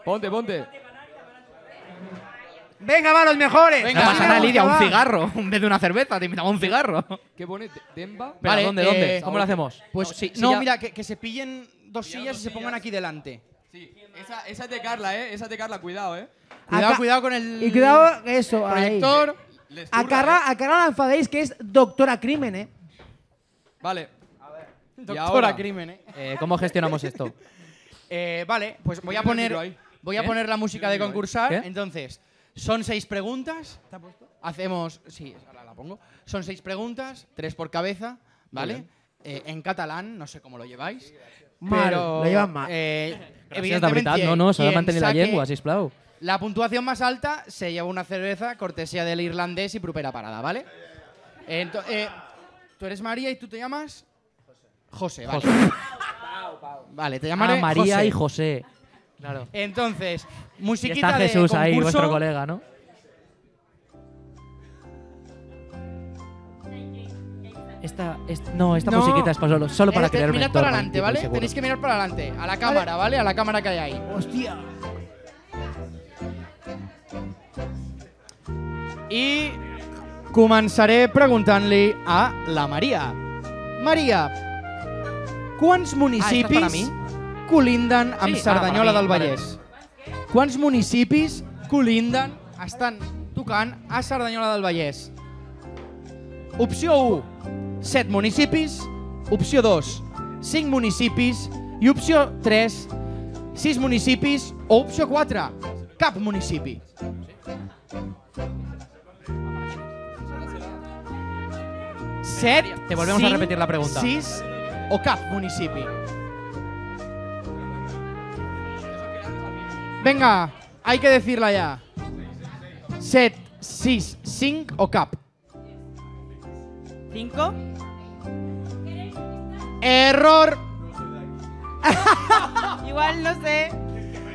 Speaker 2: Ponte, ponte.
Speaker 3: Venga, va, los mejores.
Speaker 1: Venga,
Speaker 4: No pasa nada,
Speaker 1: vamos,
Speaker 4: Lidia, un
Speaker 3: Va.
Speaker 4: cigarro. En vez de una cerveza, te invitamos a un cigarro.
Speaker 2: ¿Qué pone? ¿Te- ¿Demba?
Speaker 4: Pero
Speaker 1: Vale,
Speaker 4: ¿dónde,
Speaker 1: eh,
Speaker 4: dónde? ¿Cómo lo hacemos?
Speaker 1: Pues
Speaker 2: No, sí, sí,
Speaker 1: no,
Speaker 2: ya-
Speaker 1: mira, que, que se pillen dos sillas y se pongan aquí delante.
Speaker 2: Sí, esa, esa es de Carla, ¿eh? Esa es de Carla, cuidado, ¿eh?
Speaker 1: Cuidado,
Speaker 3: Acá-
Speaker 1: cuidado con el.
Speaker 3: Y cuidado, eso, ahí.
Speaker 1: Proyector.
Speaker 2: Les zurra,
Speaker 3: A
Speaker 2: ¿eh?
Speaker 3: Carla, a Carla la enfadéis que es doctora crimen, ¿eh?
Speaker 2: Vale.
Speaker 1: Doctora
Speaker 2: ahora?
Speaker 1: Crimen, ¿eh?
Speaker 4: Eh, ¿Cómo gestionamos
Speaker 1: <laughs>
Speaker 4: esto?
Speaker 1: Eh, Vale, pues voy
Speaker 2: Mira
Speaker 1: a
Speaker 2: el
Speaker 1: poner.
Speaker 2: micro ahí.
Speaker 1: Voy a
Speaker 2: ¿Eh?
Speaker 1: poner la música de
Speaker 2: Mira el micro
Speaker 1: concursar.
Speaker 4: ¿Qué?
Speaker 1: Entonces, son seis preguntas. Hacemos. Sí, ahora la pongo. Son seis preguntas, tres por cabeza, ¿vale?
Speaker 2: bien.
Speaker 1: Eh, en catalán, no sé cómo lo lleváis.
Speaker 3: Mal,
Speaker 1: pero,
Speaker 3: lo llevan mal.
Speaker 1: eh,
Speaker 4: Gracias, la veritat,
Speaker 1: evidentemente,
Speaker 4: Ah, no, no, s'ha de
Speaker 1: quien
Speaker 4: mantenir la
Speaker 1: saque
Speaker 4: llengua, sisplau.
Speaker 1: La puntuación más alta se lleva una cerveza, cortesía del irlandés y propera parada, ¿vale? Ento- eh, tú eres María y tú te llamas. José, vale. Vale, te llamaré
Speaker 4: Ah, María
Speaker 1: José.
Speaker 4: y José. Claro.
Speaker 1: Entonces,
Speaker 4: Y
Speaker 1: musiquita
Speaker 4: está Jesús
Speaker 1: de concurso.
Speaker 4: ahí, vuestro colega, ¿no? Esta, es- no, esta
Speaker 1: No.
Speaker 4: musiquita es pa- solo, solo para
Speaker 1: Este,
Speaker 4: creerme
Speaker 1: mirad
Speaker 4: en
Speaker 1: para
Speaker 4: Dortmund,
Speaker 1: adelante,
Speaker 4: estoy
Speaker 1: ¿vale?
Speaker 4: seguro.
Speaker 1: Tenéis que mirar para adelante, a la cámara, ¿vale? A la cámara que hay ahí.
Speaker 3: Hostia.
Speaker 1: I començaré preguntant-li a la Maria. Maria, quants municipis
Speaker 4: Ah, para mi?
Speaker 1: colinden amb
Speaker 4: Sí, ah,
Speaker 1: Cerdanyola
Speaker 4: para mi,
Speaker 1: del
Speaker 4: vale.
Speaker 1: Vallès? Quants municipis colinden, estan tocant a Cerdanyola del Vallès? Opció 1, 7 municipis. Opció 2, 5 municipis. I opció 3, 6 municipis. O opció 4, cap municipi. Set,
Speaker 4: Te volvemos a
Speaker 1: cinc,
Speaker 4: repetir la pregunta.
Speaker 1: Sis o cap municipi. Venga, hay que decirla ya. Set, sis, cinc o cap.
Speaker 13: ¿Cinco?
Speaker 1: Error.
Speaker 13: <laughs> Igual no sé.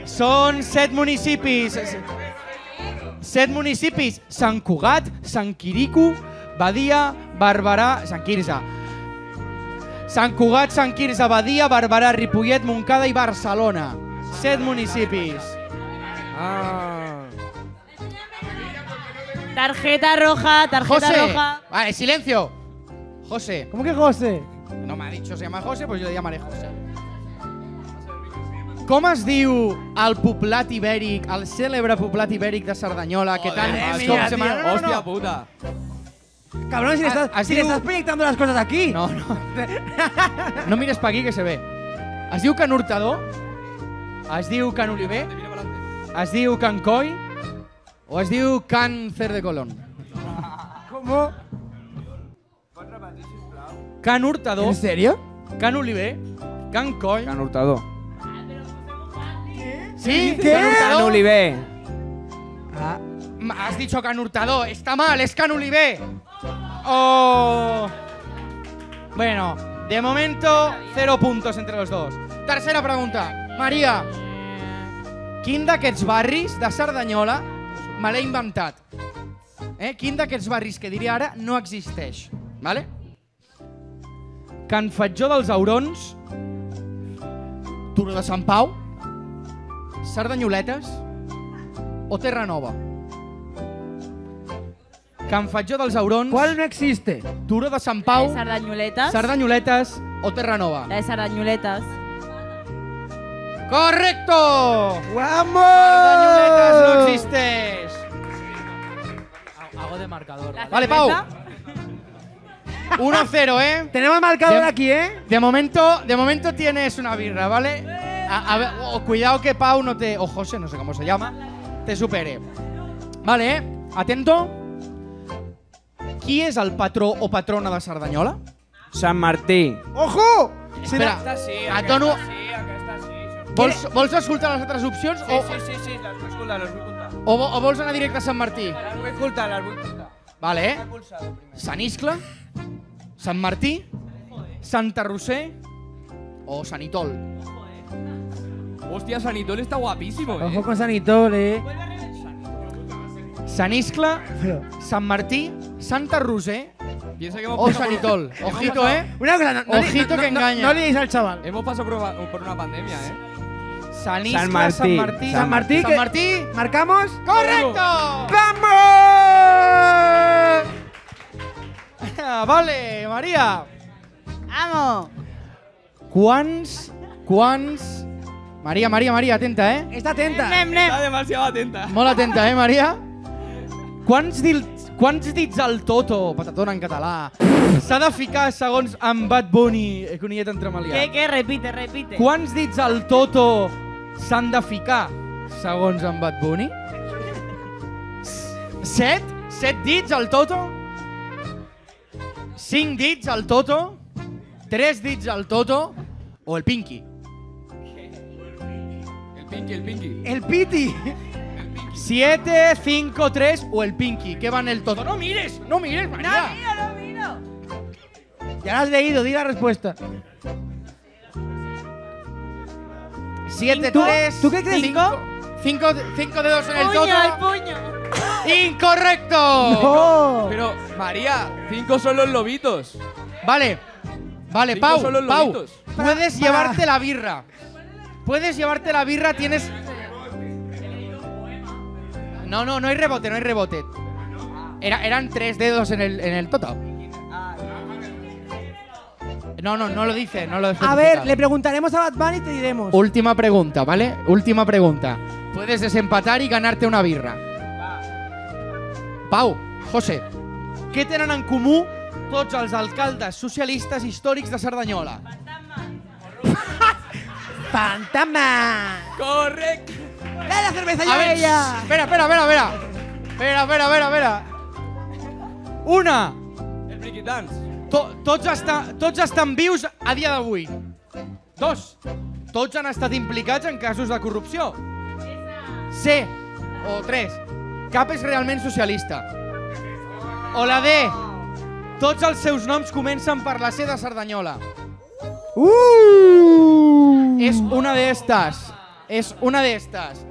Speaker 1: Són set municipis. Set municipis. Sant Cugat, Sant Quirico, Badia, Barberà... Sant Quirze. Sant Cugat, Sant Quirze, Badia, Barberà, Ripollet, Montcada i Barcelona. Set municipis.
Speaker 2: Ah.
Speaker 13: Tarjeta roja, tarjeta
Speaker 1: José.
Speaker 13: roja.
Speaker 1: Vale, silencio. José.
Speaker 3: ¿Cómo que José?
Speaker 1: No me ha dicho se llama José, pues yo le llamaré José. Com es diu el poblat ibèric, el cèlebre poblat ibèric de Cerdanyola, que tant
Speaker 3: Joder,
Speaker 1: cop
Speaker 3: mira,
Speaker 1: se m'ha-
Speaker 3: tio.
Speaker 1: No, no, no.
Speaker 2: Hostia puta.
Speaker 3: Cabrón, si le
Speaker 1: Ah,
Speaker 3: estás,
Speaker 1: has
Speaker 3: si le
Speaker 1: diu-
Speaker 3: estás proyectando las cosas aquí.
Speaker 1: No, no. No mires pa aquí, que se ve. Es diu Can Hurtador, es diu Can Oliver, es diu Can Coi o es diu Can Cer de Colón.
Speaker 3: ¿Cómo?
Speaker 1: Can Hurtador,
Speaker 3: ¿En serio?
Speaker 1: Can Oliver, Can Coi...
Speaker 12: Can Hurtado.
Speaker 1: Sí,
Speaker 3: ¿Qué?
Speaker 1: Can Hurtador.
Speaker 12: Can Oliver.
Speaker 3: Ah,
Speaker 1: Ma- Has dicho Can Hurtado, está mal, es Can Oliver. Oh. Bueno, de momento, cero puntos entre los dos. Tercera pregunta. Maria, quin d'aquests barris de Cerdanyola me l'he inventat? Eh? Quin d'aquests barris que diré ara no existeix? Vale? Can Fatjó dels Aurons, Turo de Sant Pau, Cerdanyoletes o Terra Nova? Can Fatjó dels Aurons,
Speaker 3: ¿Cuál no existe?
Speaker 1: Turó de Sant
Speaker 13: La
Speaker 1: Pau,
Speaker 13: de sardañoletas.
Speaker 1: Cerdanyoletes o Terranova.
Speaker 4: Eh.
Speaker 13: La de sardañoletas.
Speaker 1: ¡Correcto! Cerdanyoletes
Speaker 3: ¡Vamos!
Speaker 1: no existeix.
Speaker 4: Hago de marcador.
Speaker 13: La
Speaker 1: Vale, Pau.
Speaker 13: cerveza.
Speaker 1: 1-0, ¿eh?
Speaker 3: Tenemos marcador
Speaker 1: Dem-
Speaker 3: aquí, ¿eh?
Speaker 1: De momento, de momento tienes una birra, ¿vale? A, a ver, o cuidado que Pau no te... O José, no sé cómo se llama, te supere. Vale, ¿eh? Atento. Qui és el patró o patrona de Cerdanyola?
Speaker 12: Sant Martí.
Speaker 3: ¡Ojo! Se
Speaker 1: Espera,
Speaker 3: da-
Speaker 1: et dono...
Speaker 12: aquesta sí.
Speaker 1: Vols, vols escoltar les altres opcions o,
Speaker 12: sí, sí, les vull escoltar, les vull comptar.
Speaker 1: o, vo- o vols anar directe a Sant Martí?
Speaker 12: Les vull comptar, les vull comptar.
Speaker 1: Vale, eh?
Speaker 12: Pulsado primer.
Speaker 1: Sant Iscle, Sant Martí, Santa Roser o Sant Itol.
Speaker 2: Hostia, Sanitol está guapísimo, eh.
Speaker 3: Ojo con Sanitol, eh.
Speaker 1: Sant Iscle,
Speaker 3: Pero-
Speaker 1: Sant Martí, Santa Roser
Speaker 2: Piensa que hemos
Speaker 1: o
Speaker 2: pasado
Speaker 1: Sant
Speaker 2: por-
Speaker 1: Itol. Ojito, eh?
Speaker 3: Una cosa, no, no, li-
Speaker 1: Ojito
Speaker 3: no-
Speaker 1: que
Speaker 3: no-
Speaker 1: engaña.
Speaker 3: No, le liéis al chaval.
Speaker 2: Hemos pasado por una, por una pandemia, eh.
Speaker 1: Sant Iscle, Sant
Speaker 12: Sant
Speaker 1: Martí,
Speaker 12: Martí.
Speaker 1: Sant
Speaker 3: Sant Martí,
Speaker 1: Martí. Sant
Speaker 3: que-
Speaker 1: Martí.
Speaker 3: ¿Marcamos?
Speaker 1: ¡Correcto!
Speaker 3: ¡Vamos!
Speaker 1: <laughs> vale, Maria.
Speaker 13: ¡Vamos!
Speaker 1: Quants, quants María, María, María, atenta, eh?
Speaker 3: Està atenta.
Speaker 2: Està demasiado atenta.
Speaker 1: Molt atenta, eh, Maria? Quants, dil... Quants dits al Toto, patatona en català, s'ha de ficar segons amb Bad Bunny, eh, conillet entremaliat?
Speaker 13: ¿Qué, qué? Repite, repite.
Speaker 1: Quants dits al Toto s'han de ficar segons amb Bad Bunny? S- Set? Set dits al Toto? Cinc dits al Toto? Tres dits al Toto? O el Pinky?
Speaker 2: El pinky, el pinky.
Speaker 1: El Piti. 7, 5, 3 o el Pinky. ¿Qué va en el todo? No mires, no mires, María.
Speaker 13: No miro, no miro.
Speaker 3: Ya la has leído, di la respuesta.
Speaker 1: 7,
Speaker 3: ¿Tú?
Speaker 1: 3.
Speaker 3: ¿Tú qué crees?
Speaker 1: 5, 5 dedos en el
Speaker 13: Puño, el
Speaker 1: todo.
Speaker 13: puño.
Speaker 1: ¡Incorrecto!
Speaker 3: ¡No!
Speaker 2: Pero, María, cinco son los lobitos.
Speaker 1: Vale, vale,
Speaker 2: Cinco
Speaker 1: Pau.
Speaker 2: son los
Speaker 1: Pau,
Speaker 2: lobitos.
Speaker 1: puedes
Speaker 3: pa.
Speaker 1: llevarte la birra. Puedes llevarte la birra, tienes. No, no, no hay rebote, no hay rebote. Era- eran tres dedos en el, en el toto.
Speaker 3: Ah,
Speaker 1: No, no, no lo dice, no lo
Speaker 3: A
Speaker 1: especifica.
Speaker 3: ver, le preguntaremos a Batman y te diremos.
Speaker 1: Última pregunta, ¿vale? Última pregunta. Puedes desempatar y ganarte una birra. Pau, José, què tenen en comú tots els alcaldes socialistes històrics de Cerdanyola?
Speaker 3: ¡Fantasma!
Speaker 2: Correcto.
Speaker 3: ¡Dale la cerveza
Speaker 1: A
Speaker 3: ya
Speaker 1: ver,
Speaker 3: ella!
Speaker 1: espera, espera, espera, espera. Espera, espera, espera, espera. Una.
Speaker 2: El Bricky Dance.
Speaker 1: To tots, està tots estan vius a dia d'avui. Dos. Tots han estat implicats en casos de corrupció. C. O tres. Cap és realment socialista. O la D. Tots els seus noms comencen per la C de Cerdanyola.
Speaker 3: ¡Uh!
Speaker 1: És una d'estes. És una d'estes.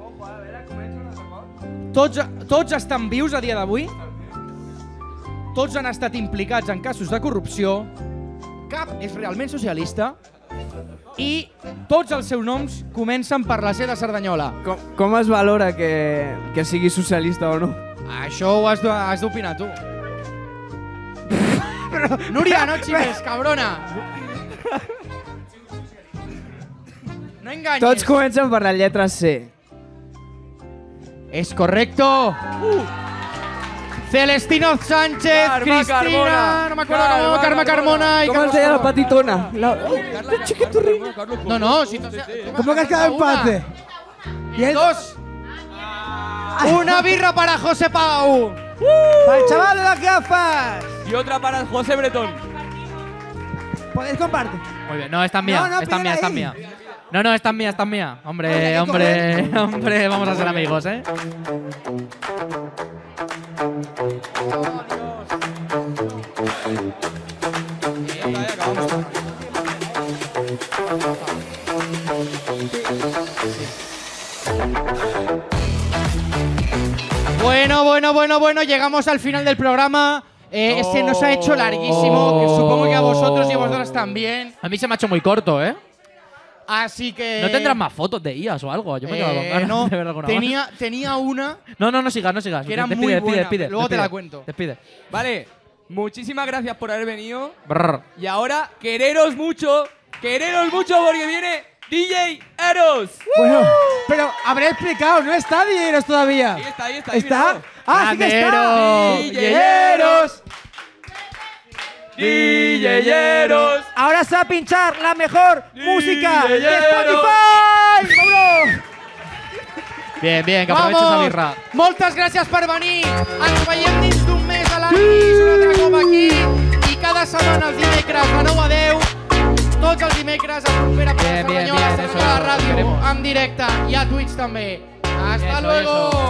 Speaker 1: Tots, tots estan vius a dia d'avui? Tots han estat implicats en casos de corrupció? Cap és realment socialista? I tots els seus noms comencen per la C de Cerdanyola.
Speaker 12: Com, com es valora que, que sigui socialista o no?
Speaker 1: Això ho has de- has d'opinar tu. <laughs> Núria, no ximes, cabrona! No enganyes.
Speaker 12: Tots comencen per la lletra C.
Speaker 1: Es correcto. Celestino Sánchez,
Speaker 2: Carme
Speaker 1: Cristina,
Speaker 2: Carmona.
Speaker 1: no me acuerdo cómo,
Speaker 2: Carme
Speaker 1: Carma
Speaker 2: Carmona.
Speaker 1: Carmona y
Speaker 12: Com es
Speaker 1: Carlos
Speaker 12: deia la
Speaker 1: Carmona.
Speaker 12: patitona? La...
Speaker 2: pues.
Speaker 1: No, no, si no
Speaker 3: ¿Cómo que has quedado eh? empate?
Speaker 1: Y el dos. Una birra para José Pau.
Speaker 3: ¡Para el chaval de las gafas!
Speaker 2: Y otra para José Bretón.
Speaker 3: Podéis compartir.
Speaker 4: Muy bien, no, esta es mía,
Speaker 3: No, no,
Speaker 4: esta es mía, esta es
Speaker 3: pídela
Speaker 4: mía. No, no, esta es mía, esta es mía. Hombre, hombre, <laughs> hombre, vamos a ser amigos, ¿eh?
Speaker 1: Bueno, bueno, bueno, bueno, llegamos al final del programa. Eh, Este nos ha hecho larguísimo, que supongo que a vosotros y a vosotras también.
Speaker 4: A mí se me ha hecho muy corto, ¿eh?
Speaker 1: Así que.
Speaker 4: ¿No tendrás más fotos de IAS o algo? Yo me he quedado con
Speaker 1: Eh,
Speaker 4: ganas
Speaker 1: no,
Speaker 4: <laughs> de ver alguna más.
Speaker 1: tenía, tenía una.
Speaker 4: No, no, no sigas, no sigas.
Speaker 1: Que era
Speaker 4: despide,
Speaker 1: muy
Speaker 4: despide,
Speaker 1: buena.
Speaker 4: despide,
Speaker 1: Luego te la
Speaker 4: despide,
Speaker 1: cuento.
Speaker 4: Despide.
Speaker 2: Vale, muchísimas gracias por haber venido.
Speaker 4: Brr.
Speaker 2: Y ahora, quereros mucho, quereros mucho porque viene DJ Eros.
Speaker 3: Bueno, pero habré explicado, no está Dilleros todavía.
Speaker 2: Ahí está, ahí está. ahí
Speaker 3: ¿Está?
Speaker 2: míralo.
Speaker 3: ¡Ah, sí que está!
Speaker 2: Grandero. Dilleros. DJ Eros.
Speaker 3: Ahora se va a pinchar la mejor música de
Speaker 2: Dilleros.
Speaker 3: Spotify. ¡Vámonos!
Speaker 4: Bien, bien, que aproveches esa
Speaker 1: Vamos!
Speaker 4: birra.
Speaker 1: Moltes gràcies per venir! Ens veiem dins d'un mes a la NIS, un altre cop aquí, i cada setmana els dimecres de 9 a 10, tots els dimecres a propera per
Speaker 4: Bien, bien,
Speaker 1: Cerdanyola,
Speaker 4: bien,
Speaker 1: Cerdanyola
Speaker 4: eso,
Speaker 1: Ràdio,
Speaker 4: queremos.
Speaker 1: en directe i a Twitch també. Hasta
Speaker 4: Eso,
Speaker 1: luego!
Speaker 4: eso.